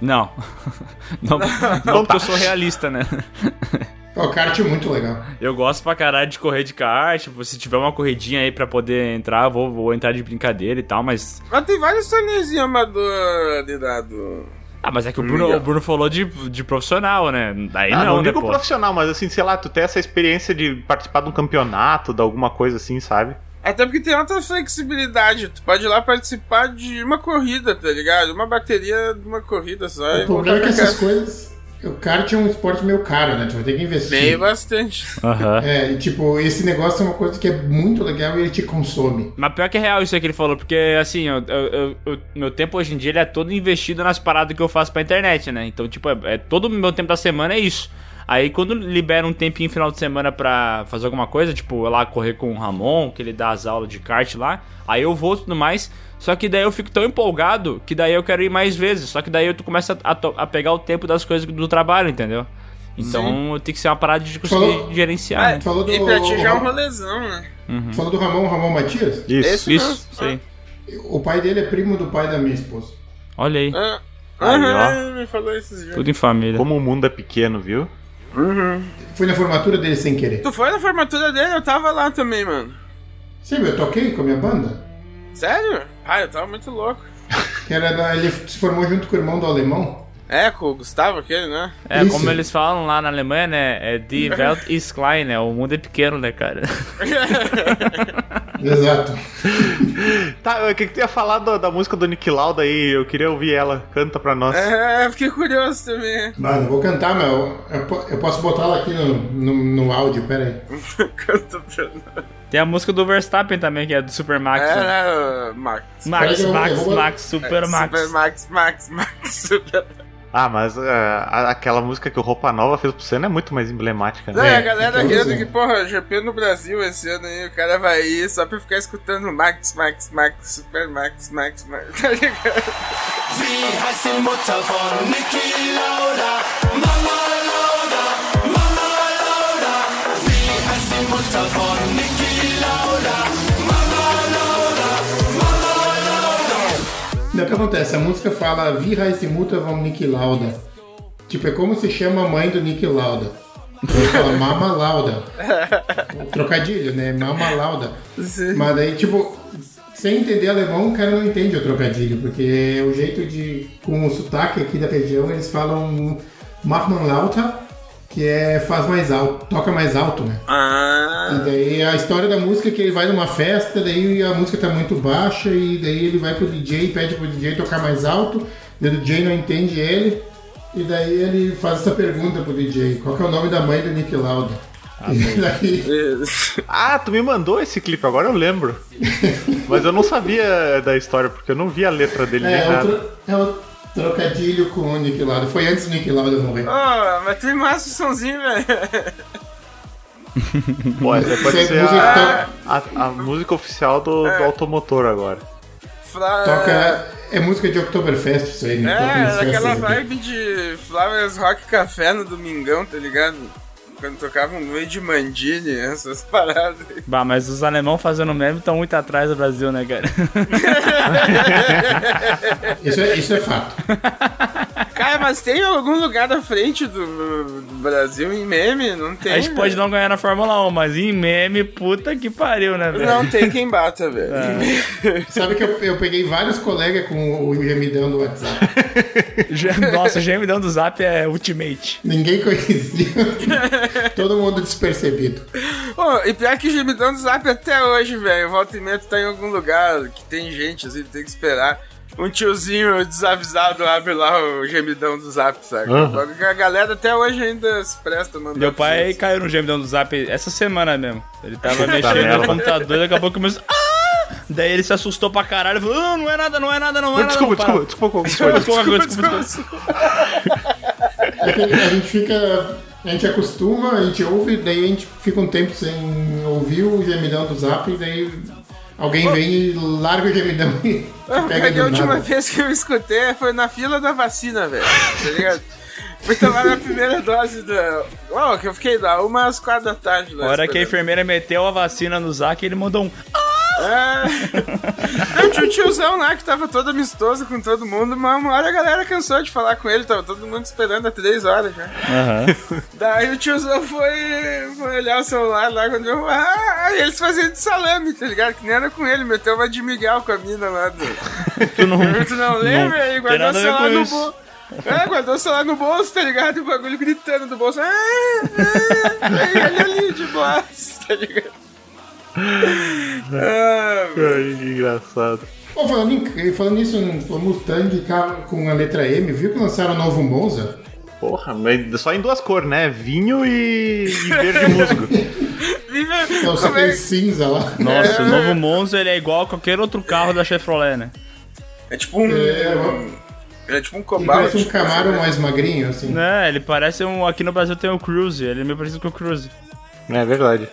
Não. não. tá. Não, porque eu sou realista, né?
Ó, O kart é muito legal.
Eu gosto pra caralho de correr de kart. tipo, Se tiver uma corridinha aí pra poder entrar, eu vou, vou entrar de brincadeira e tal, mas.
Mas tem vários torneizinhos amador de dado.
Ah, mas é que o Bruno,
Legal.
o Bruno falou de, de profissional, né? Daí
Ah,
não, né,
digo
pô?
profissional, mas assim, sei lá, tu tem essa experiência de participar de um campeonato, de alguma coisa assim, sabe?
Até porque tem outra flexibilidade. Tu pode ir lá participar de uma corrida, tá ligado? Uma bateria de uma corrida só. e
o problema é
voltar
que
pra
essas
casa.
coisas. O kart é um esporte meio caro, né? Tu vai ter que investir.
Meio bastante.
Aham.
É, e tipo, esse negócio é uma coisa que é muito legal e ele te consome.
Mas pior que é real isso aí que ele falou, porque assim, eu- eu- eu- eu- meu tempo hoje em dia ele é todo investido nas paradas que eu faço pra internet, né? Então, tipo, é, é todo o meu tempo da semana é isso. Aí quando libera um tempinho final de semana pra fazer alguma coisa, tipo, eu lá correr com o Ramon, que ele dá as aulas de kart lá, aí eu vou e tudo mais. Só que daí eu fico tão empolgado que daí eu quero ir mais vezes. Só que daí eu tu começa a, to- a pegar o tempo das coisas do trabalho, entendeu? Então tem que ser uma parada de
Falou.
conseguir gerenciar. né?
Tu falou do.
E pra ti já é um
Ramon-
rolezão, né?
tu falou do Ramon, Ramon Matias?
Isso.
Esse
Isso,
mesmo.
sim.
O pai dele é primo do pai da minha esposa.
Olha aí,
Ah,
Aí,
aham,
ó.
ele me falou esses dias.
tudo em família.
Como o mundo é pequeno, viu?
Foi na formatura dele sem querer.
Tu foi na formatura dele? Eu tava lá também, mano.
Sim, eu toquei com a minha banda.
Sério? Ah, eu tava muito louco.
Que era da- ele se formou junto com o irmão do alemão.
É, com o Gustavo aquele, né?
É,
Isso.
como eles falam lá na Alemanha, né? É Die Welt ist klein, né? O mundo é pequeno, né, cara?
Exato.
Tá, o que, que tu ia falar do- da música do Nick Lauda aí? Eu queria ouvir ela. Canta pra nós.
É, eu fiquei curioso também.
Mano, eu vou cantar, mas eu, eu po- eu posso botar ela aqui no, no, no áudio, pera aí.
Canta pra nós.
Tem a música do Verstappen também, que é do Super Max.
É,
né?
né, Max? É,
Max,
Peraí, eu-
Max,
eu vou-
Max, Super Max.
Super Max, Max, Max, Super
Ah, mas é, a- aquela música que o Roupa Nova fez pro Senna é muito mais emblemática,
Não,
né?
é, a
É,
galera
então,
rindo
assim.
que, porra, GP no Brasil esse ano aí, o cara vai ir só pra ficar escutando Max, Max, Max, Super Max, Max, Max, tá ligado?
Não, O que acontece? A música fala Vi Heiß Mutter vom Nick Lauda. Tipo, é como se chama a mãe do Nick Lauda. Ele fala Mama Lauda. Trocadilho, né? Mama Lauda.
Sim.
Mas daí, tipo, sem entender alemão, o cara não entende o trocadilho, porque é o jeito de. Com o sotaque aqui da região, eles falam Mach mal lauter, que é faz mais alto, toca mais alto, né?
Ah.
E daí a história da música é que ele vai numa festa, daí a música tá muito baixa, e daí ele vai pro DJ, pede pro DJ tocar mais alto, daí o DJ não entende ele, e daí ele faz essa pergunta pro DJ, qual que é o nome da mãe do Nick Lauda? e daí
Ah, tu me mandou esse clipe, agora eu lembro. Mas eu não sabia da história, porque eu não vi a letra dele
é,
nem
é, o
nada.
tro- é o trocadilho com o Nick Lauda. Foi antes do Nick Lauda morrer.
Ah, mas tem massa o somzinho, velho.
Pô, essa pode
Essa
ser
é
ah,
música
a, a- a música oficial do, do automotor agora.
Fla...
Toca. É música de Oktoberfest isso
Então,
aí, né? Toca nas
É, aquela
assim,
festas aqui.
vibe de Flowers Rock Café no Domingão, tá ligado? Quando tocava um Luigi Mandini, essas paradas.
Bah, mas os alemão fazendo meme estão muito atrás do Brasil, né, cara?
Isso é, isso é fato.
Cara, mas tem algum lugar da frente do, do Brasil em meme? Não tem.
A gente pode não ganhar na Fórmula 1, mas em meme, puta que pariu, né,
velho.
velho?
Não tem quem bata, velho.
É.
Sabe que eu, eu peguei vários colegas com o gemidão do WhatsApp.
Ge- Nossa, o gemidão do Zap é ultimate.
Ninguém conhecia. Todo mundo despercebido.
Pô, e pior que o gemidão do um zap até hoje, velho. Volta e meia tu tá em algum lugar que tem gente, assim, tem que esperar. Um tiozinho desavisado abre lá o gemidão do zap, saca? A galera até hoje ainda se presta, mano.
Meu pai é caiu no gemidão do Zap essa semana mesmo. Ele tava mexendo
merda.
no computador e acabou que começou... Ah! Daí ele se assustou pra caralho e falou, "Ah, não é nada, não é nada, não é
Desculpa,
nada. não,
desculpa, desculpa,
para."
desculpa.
Desculpa, desculpa, desculpa.
É que a gente fica. A gente acostuma, a gente ouve, daí a gente fica um tempo sem ouvir o gemidão do zap, e daí alguém vem e larga o gemidão e pega
Porque a
do
última
nada.
vez que eu escutei foi na fila da vacina, velho. Tá ligado? Fui tomar minha primeira dose da. Ó, que eu fiquei lá, uma às quatro da tarde lá.
A hora que a
esperando.
enfermeira meteu a vacina no Zap, ele mandou um...
Ah. É. Eu tinha um tiozão lá que tava todo amistoso com todo mundo, mas uma hora a galera cansou de falar com ele, tava todo mundo esperando há três horas já. Daí o tiozão foi, foi olhar o celular lá quando eu. Ah, eles fazendo de salame, tá ligado? Que nem era com ele, meteu uma de Miguel com a mina lá do.
Tu não...
Tu não lembra? Ele
tem
guardou o
nada a ver com
celular no
isso.
bolso. É, guardou o celular no bolso, tá ligado? E o bagulho gritando do bolso. Ah, ah, ah, e ele ali de boas, tá ligado? Ah,
Ai, que engraçado.
Pô, falando, em- falando nisso, um Mustang carro com a letra M, viu que lançaram o novo Monza?
Porra, mas só em duas cores, né? Vinho e, e verde musgo.
Vive...
É o
Como é...
aquele cinza lá.
Nossa, o novo Monza ele é igual a qualquer outro carro da Chevrolet, né?
é tipo um.
É,
É tipo um
Ele
cobalt.
parece um Camaro mais magrinho, assim.
Né, ele parece um. Aqui no Brasil tem o Cruze, ele é meio parecido com o Cruze.
É verdade.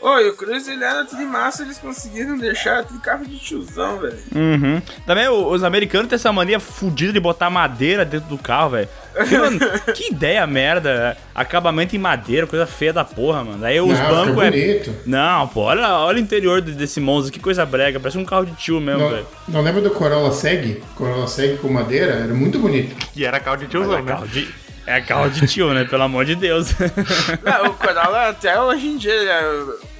Ô, e o Cruz ele era tudo em massa, eles conseguiram deixar é tudo carro de tiozão, velho.
Uhum. Também o- os americanos têm essa mania fudida de botar madeira dentro do carro, velho. Que, mano, que ideia merda. é. Acabamento em madeira, coisa feia da porra, mano. Aí os
Ah,
bancos
fica
é.
bonito.
Não, pô, olha, olha o interior de- desse Monza, que coisa brega, parece um carro de tio mesmo,
Não,
velho.
não lembra do Corolla Seg? Corolla Seg com madeira? Era muito bonito.
E era carro de tiozão, né?
Carro de- É carro de tio, né? Pelo amor de Deus.
Não, o Corolla até hoje em dia, ele é-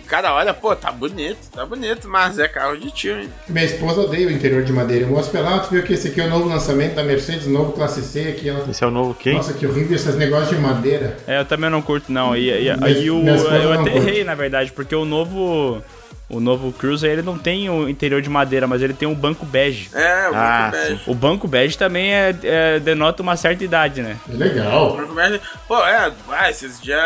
o cara olha, pô, tá bonito, tá bonito, mas é carro de tio, hein?
Minha esposa odeia o interior de madeira. Eu gosto pela tu viu que esse aqui é o novo lançamento da Mercedes, o novo Classe C aqui. Ela...
Esse é o novo quem?
Nossa, que horrível esses negócios de madeira.
É, eu também não curto, não. E, e,
Minhas-
e o,
minhas coisas
eu
não
até
curto.
errei, na verdade, porque o novo. O novo Cruiser, ele não tem o interior de madeira, mas ele tem um banco bege.
É, o
Ah,
Banco Bege.
O banco bege também é, é- denota uma certa idade, né?
É legal.
Banco Bege. Pô, é, ah, esses dias.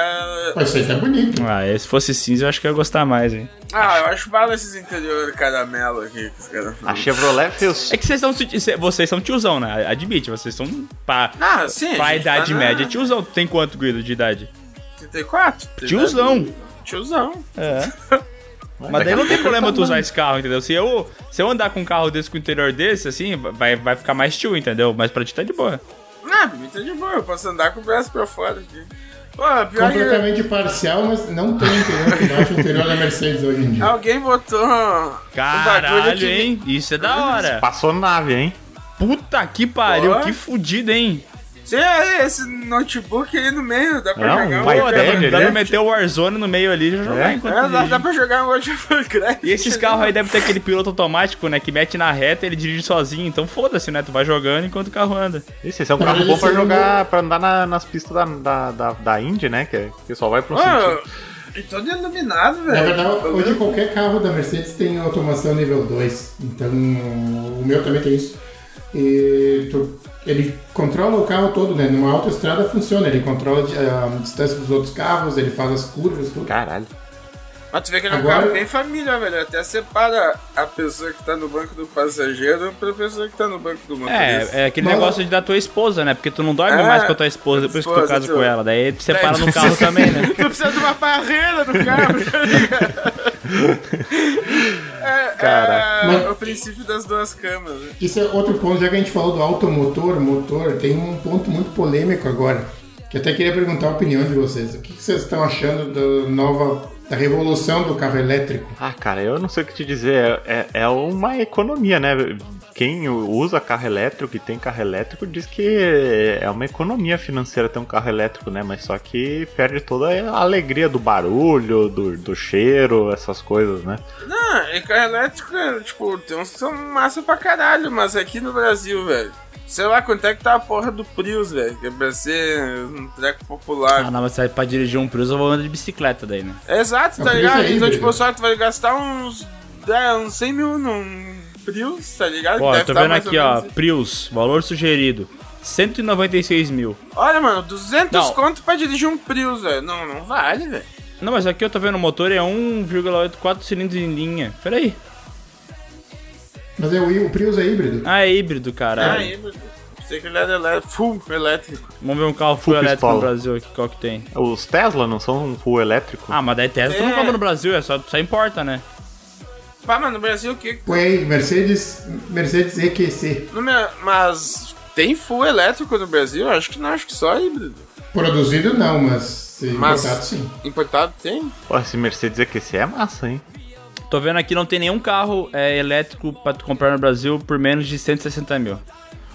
Pô, isso aí tá bonito.
Ah, se fosse cinza, eu acho que eu ia gostar mais, hein?
Ah, eu acho bala esses interior caramelo aqui que os caras
A
falam.
Chevrolet fez.
É que vocês são, cê- vocês são tiozão, né? Admite, vocês são pá.
Ah, sim.
Pra
gente tá
idade
na
média, tiozão. Tu tem quanto, Guido, de idade?
34. tá ligado?
Tiozão.
Tiozão.
É. Mas daí não tem problema tu usar esse carro, entendeu? Se eu, se eu andar com um carro desse com o interior desse, assim, vai, vai ficar mais tio, entendeu? Mas pra ti tá de boa.
Ah, pra mim tá de boa, eu posso andar com o braço pra fora aqui. Pô, pior que.
Completamente parcial, mas não tem interior que bate o interior da Mercedes hoje em dia.
Alguém botou um bagulho
Caralho,
que-
hein? Isso é da hora.
Passou nave, hein?
Puta que pariu,
Ó.
que fudido, hein?
Sim, é esse notebook aí no meio, dá pra
Não,
jogar
vai ter,
um Warcraft.
né?
Dá pra meter o Warzone no meio ali e jogar
É.
enquanto
É, dá,
dirige.
dá pra jogar um World of Warcraft.
E esses carros aí devem ter aquele piloto automático, né? Que mete na reta e ele dirige sozinho. Então foda-se, né? Tu vai jogando enquanto o carro anda.
Esse, esse é um
Mas
carro bom
esse
pra
é um
jogar, pra andar na- nas pistas da, da, da, da Indy, né? Que, é- que só vai pro sentido.
Mano, e todo iluminado,
Na
velho.
verdade, hoje qualquer carro da Mercedes tem automação nível 2. Então, o meu também tem isso. E tu- ele controla o carro todo, né? Numa autoestrada funciona. Ele controla ah, a distância dos outros carros, ele faz as curvas, tudo.
Caralho.
Mas tu vê que ele é um
Agora-
carro bem família, velho. Até separa a pessoa que tá no banco do passageiro pra pessoa que tá no banco do motorista.
É, é aquele
Mas-
negócio de da tua esposa, né? Porque tu não dorme
É,
mais com a tua esposa, depois que tu
esposa,
casa
tu-
com ela. Daí tu separa
Daí-
no carro também, né?
Tu precisa de uma barreira no carro, tá ligado? É, é,
Caraca.
o princípio das duas câmeras. né?
Isso é outro ponto, já que a gente falou do automotor, motor, tem um ponto muito polêmico agora. Que até queria perguntar a opinião de vocês. O que que vocês estão achando da nova. da revolução do carro elétrico?
Ah, cara, eu não sei o que te dizer. É, é- é uma economia, né? Quem usa carro elétrico e tem carro elétrico diz que é uma economia financeira ter um carro elétrico, né? Mas só que perde toda a alegria do barulho, do, do cheiro, essas coisas, né?
Não, Ah, e carro elétrico, é, tipo, tem uns que são massa pra caralho, mas aqui no Brasil, velho. Sei lá quanto é que tá a porra do Prius, velho. Que é pra ser um treco popular.
Ah, não, mas aí pra dirigir um Prius eu vou andar de bicicleta daí, né?
Exato,
É
tá
por isso
ligado?
aí,
então,
velho.
tipo, só tu vai gastar uns, é, uns 100 mil num Prius, tá ligado?
Ó,
Deve
tô
tá
vendo
mais ou
aqui, ó,
menos-
Prius, valor sugerido, 196 mil.
Olha, mano, 200
Não.
conto pra dirigir um Prius, velho. Não, não vale, velho.
Não, mas aqui eu tô vendo o motor é 1,84 cilindros em linha. Pera aí.
Mas é o, hí- o Prius é híbrido?
Ah, é híbrido, caralho.
Tá Aí, meu Deus. Pensei que ele era elé- full elétrico.
Vamos ver um carro
Full
full elétrico no
pistola.
Brasil aqui, qual que tem.
Os Tesla não são um full elétrico?
Ah, mas daí Tesla tu
É.
não compra no Brasil, é só, só importa, né?
Pá, mas no Brasil o que?
Põe aí, Mercedes, Mercedes EQC.
No meu- Mas tem full elétrico no Brasil? Acho que não, acho que só híbrido.
Produzido não, mas se
Mas-
importado sim.
Importado tem?
Pô, esse Mercedes EQC é massa, hein?
Tô vendo aqui, não tem nenhum carro é, elétrico pra tu comprar no Brasil por menos de 160 mil.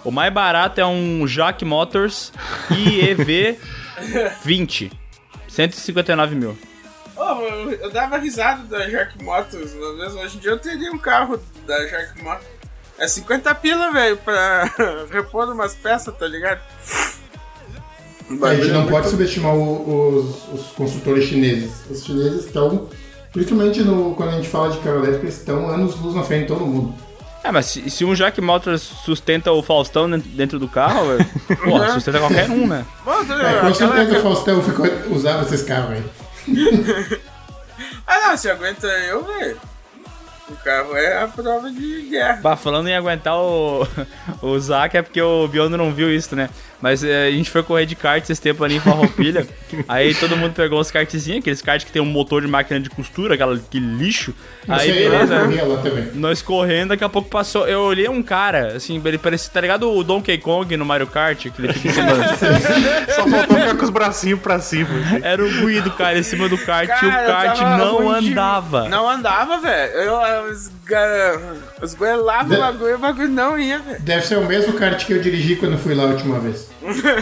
O mais barato é um Jack Motors IEV 20. 159 mil.
Ó, eu, eu dava risada da Jack Motors, mas mesmo hoje em dia eu teria um carro da Jack Motors. É 50 pila, velho, pra repor umas peças, tá ligado?
A gente não pode subestimar o- os, os construtores chineses. Os chineses estão, principalmente no, quando a gente fala de carro elétrico, eles estão anos-luz na frente de todo mundo.
É, mas se, se um Jack Motors sustenta o Faustão dent- dentro do carro, velho, porra, sustenta qualquer um, né?
Bom, tá
É,
ligado?
com certeza o
Aquela-
Faustão ficou, usava esses carros aí.
Ah, não, se aguenta eu, velho. O carro é a prova de guerra.
Bah, falando em aguentar o, o Zac é porque o Biondo não viu isso, né? Mas é, a gente foi correr de kart esses tempos ali em Farroupilha. aí todo mundo pegou os kartzinhos, aqueles kart que tem um motor de máquina de costura, aquela, aquele lixo.
Mas
aí
sei lá,
beleza.
né?
eu corria lá também.
Nós correndo, daqui a pouco passou. Eu olhei um cara, assim, ele parecia, tá ligado o Donkey Kong no Mario Kart, que ele fica em cima.
Só faltou ficar com os bracinhos pra cima. assim.
Era o Guido, cara, em cima do kart e É o
Cara, eu
kart
tava
não
ruim de-
andava.
Não andava, velho. Eu, eu esga-
Né?
esgoelava o bagulho e o bagulho não ia, velho.
Deve ser o mesmo kart que eu dirigi quando fui lá a última vez.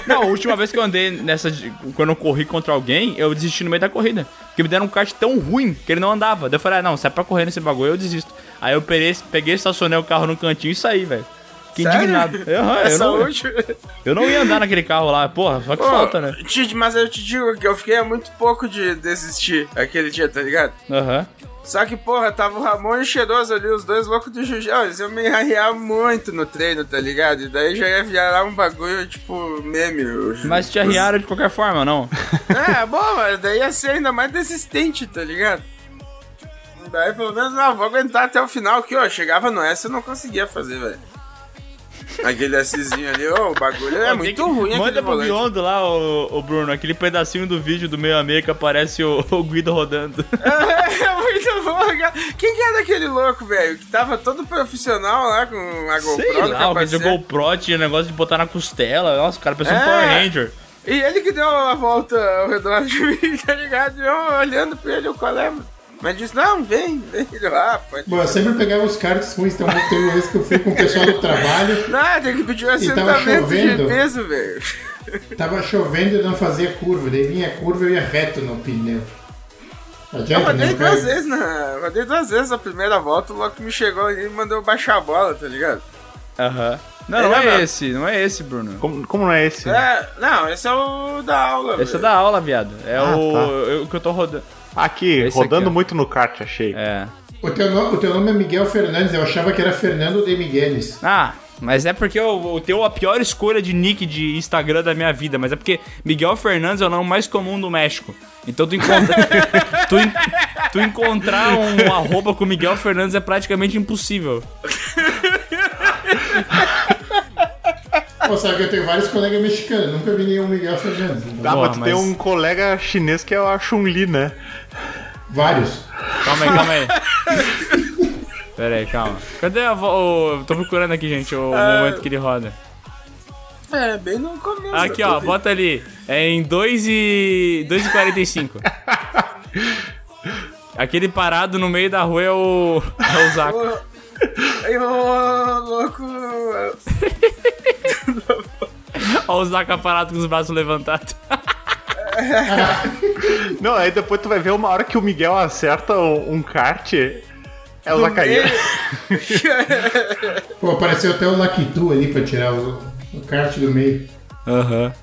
Não, a última vez que eu andei nessa. de- Quando eu corri contra alguém, eu desisti no meio da corrida. Porque me deram um kart tão ruim que ele não andava. Daí eu falei, ah, não, sai pra correr nesse bagulho, eu desisto. Aí eu peguei, peguei estacionei o carro no cantinho e saí, velho. Fiquei
Sério?
indignado. Eu, eu,
Essa
não,
última.
eu não ia andar naquele carro lá, porra, só que
Pô,
falta, né?
Tid, mas eu te digo que eu fiquei há muito pouco de desistir aquele dia, tá ligado?
Aham.
Só que, porra, tava o Ramon e o Cheiroso ali, os dois loucos do jiu-jitsu. Ó, Eles iam me arriar muito no treino, tá ligado? E daí já ia virar um bagulho, tipo, meme. eu juro.
Mas te arriaram de qualquer forma, não?
É, bom, mas daí ia ser ainda mais desistente, tá ligado? Daí pelo menos, não, vou aguentar até o final que, ó, chegava no S eu não conseguia fazer, velho. Aquele Szinho ali, ó, o bagulho é
Ó,
muito
tem que-
ruim aquele
Manda pro
volante.
Biondo lá, ô, ô Bruno, aquele pedacinho do vídeo do meio a meio que aparece o, o Guido rodando.
É muito bom, cara. Quem que era aquele louco, velho? Que tava todo profissional lá com a GoPro né,
Sei
no
lá, o
capacete.
vídeo GoPro tinha negócio de botar na costela. Nossa, o cara pensou
É.
um Power Ranger.
E ele que deu a volta ao redor de mim, tá ligado? Eu olhando pra ele, o colé. Mas disse, não, vem, vem. Eu, ah, pode.
Bom, eu sempre pegava os karts ruins, então teve uma vez que eu fui com o pessoal do trabalho.
Não, tem que pedir um
E tava
assentamento de
chovendo.
peso, velho.
Tava chovendo e eu não fazia curva, daí vinha curva e eu ia reto no pneu.
Eu
Adianta,
rodei
né?
duas vezes na. Rodei duas vezes a primeira volta, logo que me chegou ali e mandou eu baixar a bola, tá ligado?
Aham. Não,
Ele
não
é
é
nada.
esse, não é esse, Bruno.
Como, como não é esse?
É, não, esse é o da aula,
Hum. Esse é
velho.
da aula, viado. É
Ah,
o,
tá.
eu- o que eu tô rodando.
Aqui,
Esse
rodando
aqui, ó.
muito no kart, achei.
É.
O teu, no- o teu nome é Miguel Fernandes, eu achava que era Fernando de Miguelis.
Ah, mas é porque eu, eu tenho a pior escolha de nick de Instagram da minha vida. Mas é porque Miguel Fernandes é o nome mais comum do México. Então tu, encontra, tu, en- tu encontrar um arroba com Miguel Fernandes é praticamente impossível.
Pô, sabe que eu tenho vários colegas mexicanos, nunca vi nenhum Miguel Fernandes. então.
Dá
Boa,
pra tu
mas-
ter um colega chinês que é a Chun-Li, né?
Vários.
Calma aí, calma aí. Pera aí, calma. Cadê a vo... o- Tô procurando aqui, gente, o
Ah.
momento que ele roda.
É, bem no começo.
Aqui, ó, bota ali. É em 2 e... 2 e 45. Aquele parado no meio da rua é o... É o Zaco.
Aí, ô, louco.
Olha o Zaca parado com os braços levantados.
Não, aí depois tu vai ver uma hora que o Miguel acerta um, um kart. É o Zacaria.
Pô, apareceu até o Lakitu ali pra tirar o, o kart do meio.
Aham.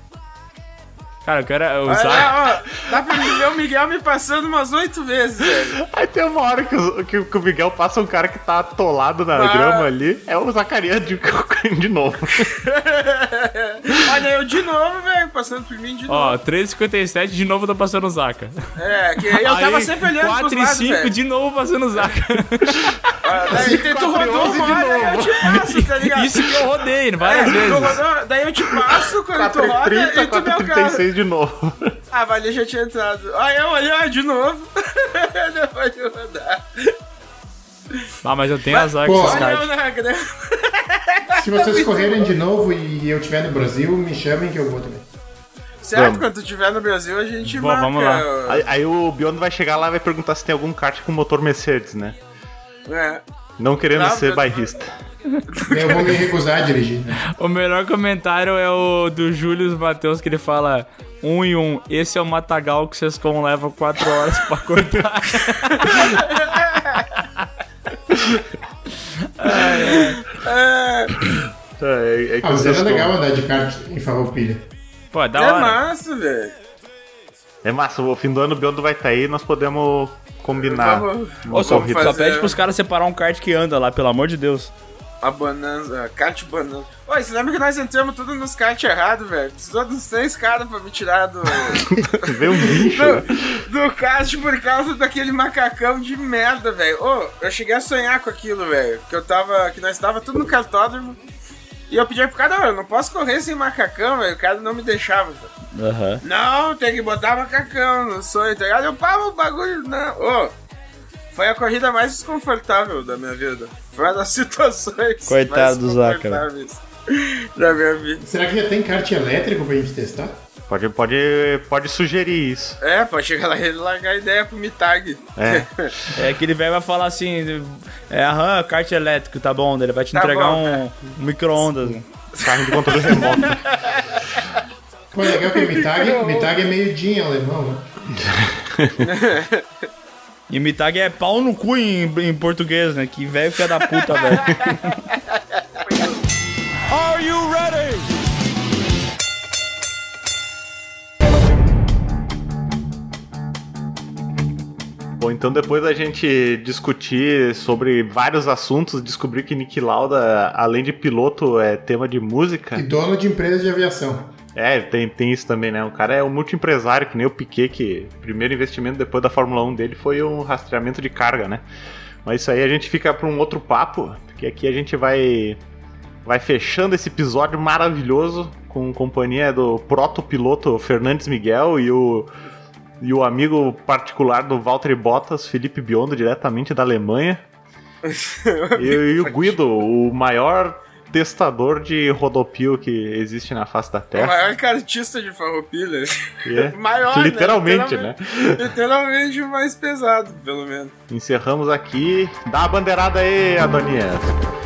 Cara, eu quero. é O
Olha
Zaca.
lá, ó, dá pra me ver o Miguel me passando umas oito vezes, velho.
Aí tem uma hora que, os- que- que o Miguel passa um cara que tá atolado na
Ah.
grama ali. É o Zacaria de, de novo.
Olha, eu de novo, velho, passando por mim de novo.
Ó, 3,57 de novo eu tô passando o Zaca.
É, que eu tava sempre olhando pros
4 e
lados,
5
velho.
de novo passando o Zaca.
Ah, Daí tu rodou
onze de
uma hora, daí eu te passo, tá ligado?
Isso que eu rodei
É,
várias
tu
vezes.
rodou, daí eu te passo quando tu roda e
4h30,
tu me alcança.
4h36 de novo.
Ah, valeu, já tinha entrado. Aí eu olhei, ó, de novo. Não pode rodar.
Ah, mas eu tenho azar com
Pô,
esses
olha
Olha eu
caras.
na grama.
Se vocês correrem de novo e eu estiver no Brasil, me chamem que eu vou também.
Certo,
Vamos.
quando tu tiver no Brasil, a gente
Bom,
marca.
vamos lá.
Aí, aí o Biondo vai chegar lá e vai perguntar se tem algum kart com motor Mercedes, né?
É.
Não querendo
Não,
ser
meu-
bairrista.
Daí eu vou me recusar a dirigir. né?
O melhor comentário é o do Júlio Matheus que ele fala: um e um, esse é o matagal que vocês como levam 4 horas pra cortar.
É, é que
Ah, mas
vocês
era
estão-
legal andar de kart em Farroupilha.
Pô, da
É
hora.
massa, velho.
É massa, o fim do ano o Biondo vai estar aí e nós podemos combinar.
Vamos-
uma
Ô, só,
corrida.
só
fazer-
pede pros caras separar um kart que anda lá, pelo amor de Deus.
A bonanza, a kart bonanza. Oi, você lembra que nós entramos tudo nos kart errado, velho? Precisou dos seis caras pra me tirar do...
Vê um bicho.
do, do kart por causa daquele macacão de merda, velho. Ô, eu cheguei a sonhar com aquilo, velho. Que eu tava. Que nós tava tudo no cartódromo. E eu pedi pro cara, "Ô, eu não posso correr sem macacão, velho. O cara não me deixava. velho.
Aham.
Não, tem que botar macacão no sonho, tá ligado? Eu pavo o bagulho, não. Ô, foi a corrida mais desconfortável da minha vida. Foi uma das situações.
Coitado
mais
do né? Zácaro.
desconfortáveis Da minha vida.
Será que já tem kart elétrico pra gente testar?
Pode, pode, pode sugerir isso.
É, pode chegar lá e largar a ideia pro Mitag.
É.
É que ele vai vai falar assim, é, aham, kart elétrico, tá bom, daí ele vai te
Tá
entregar
bom,
um, um micro-ondas.
Carro de controle remoto.
Pô, é legal que Mitag, Mitag é meio din alemão, né?
E Mitag é pau no cu em, em português, né? Que velho filho da puta, velho. Are you ready?
Bom, então depois da gente discutir sobre vários assuntos, descobrir que Nick Lauda, além de piloto, é tema de música.
E dono de empresa de aviação.
É, tem, tem isso também, né? O cara é um multiempresário, que nem o Piquet, que o primeiro investimento depois da Fórmula 1 dele foi um rastreamento de carga, né? Mas isso aí a gente fica para um outro papo, porque aqui a gente vai vai fechando esse episódio maravilhoso com companhia do protopiloto Fernandes Miguel e o e o amigo particular do Valtteri Bottas, Felipe Biondo, diretamente da Alemanha. e, e o Guido, o maior testador de rodopio que existe na face da
É O
Terra.
maior cartista de farroupilha.
E é-
Maior,
literalmente, né?
Literalmente o mais pesado, pelo menos.
Encerramos aqui. Dá a bandeirada aí, Adonias.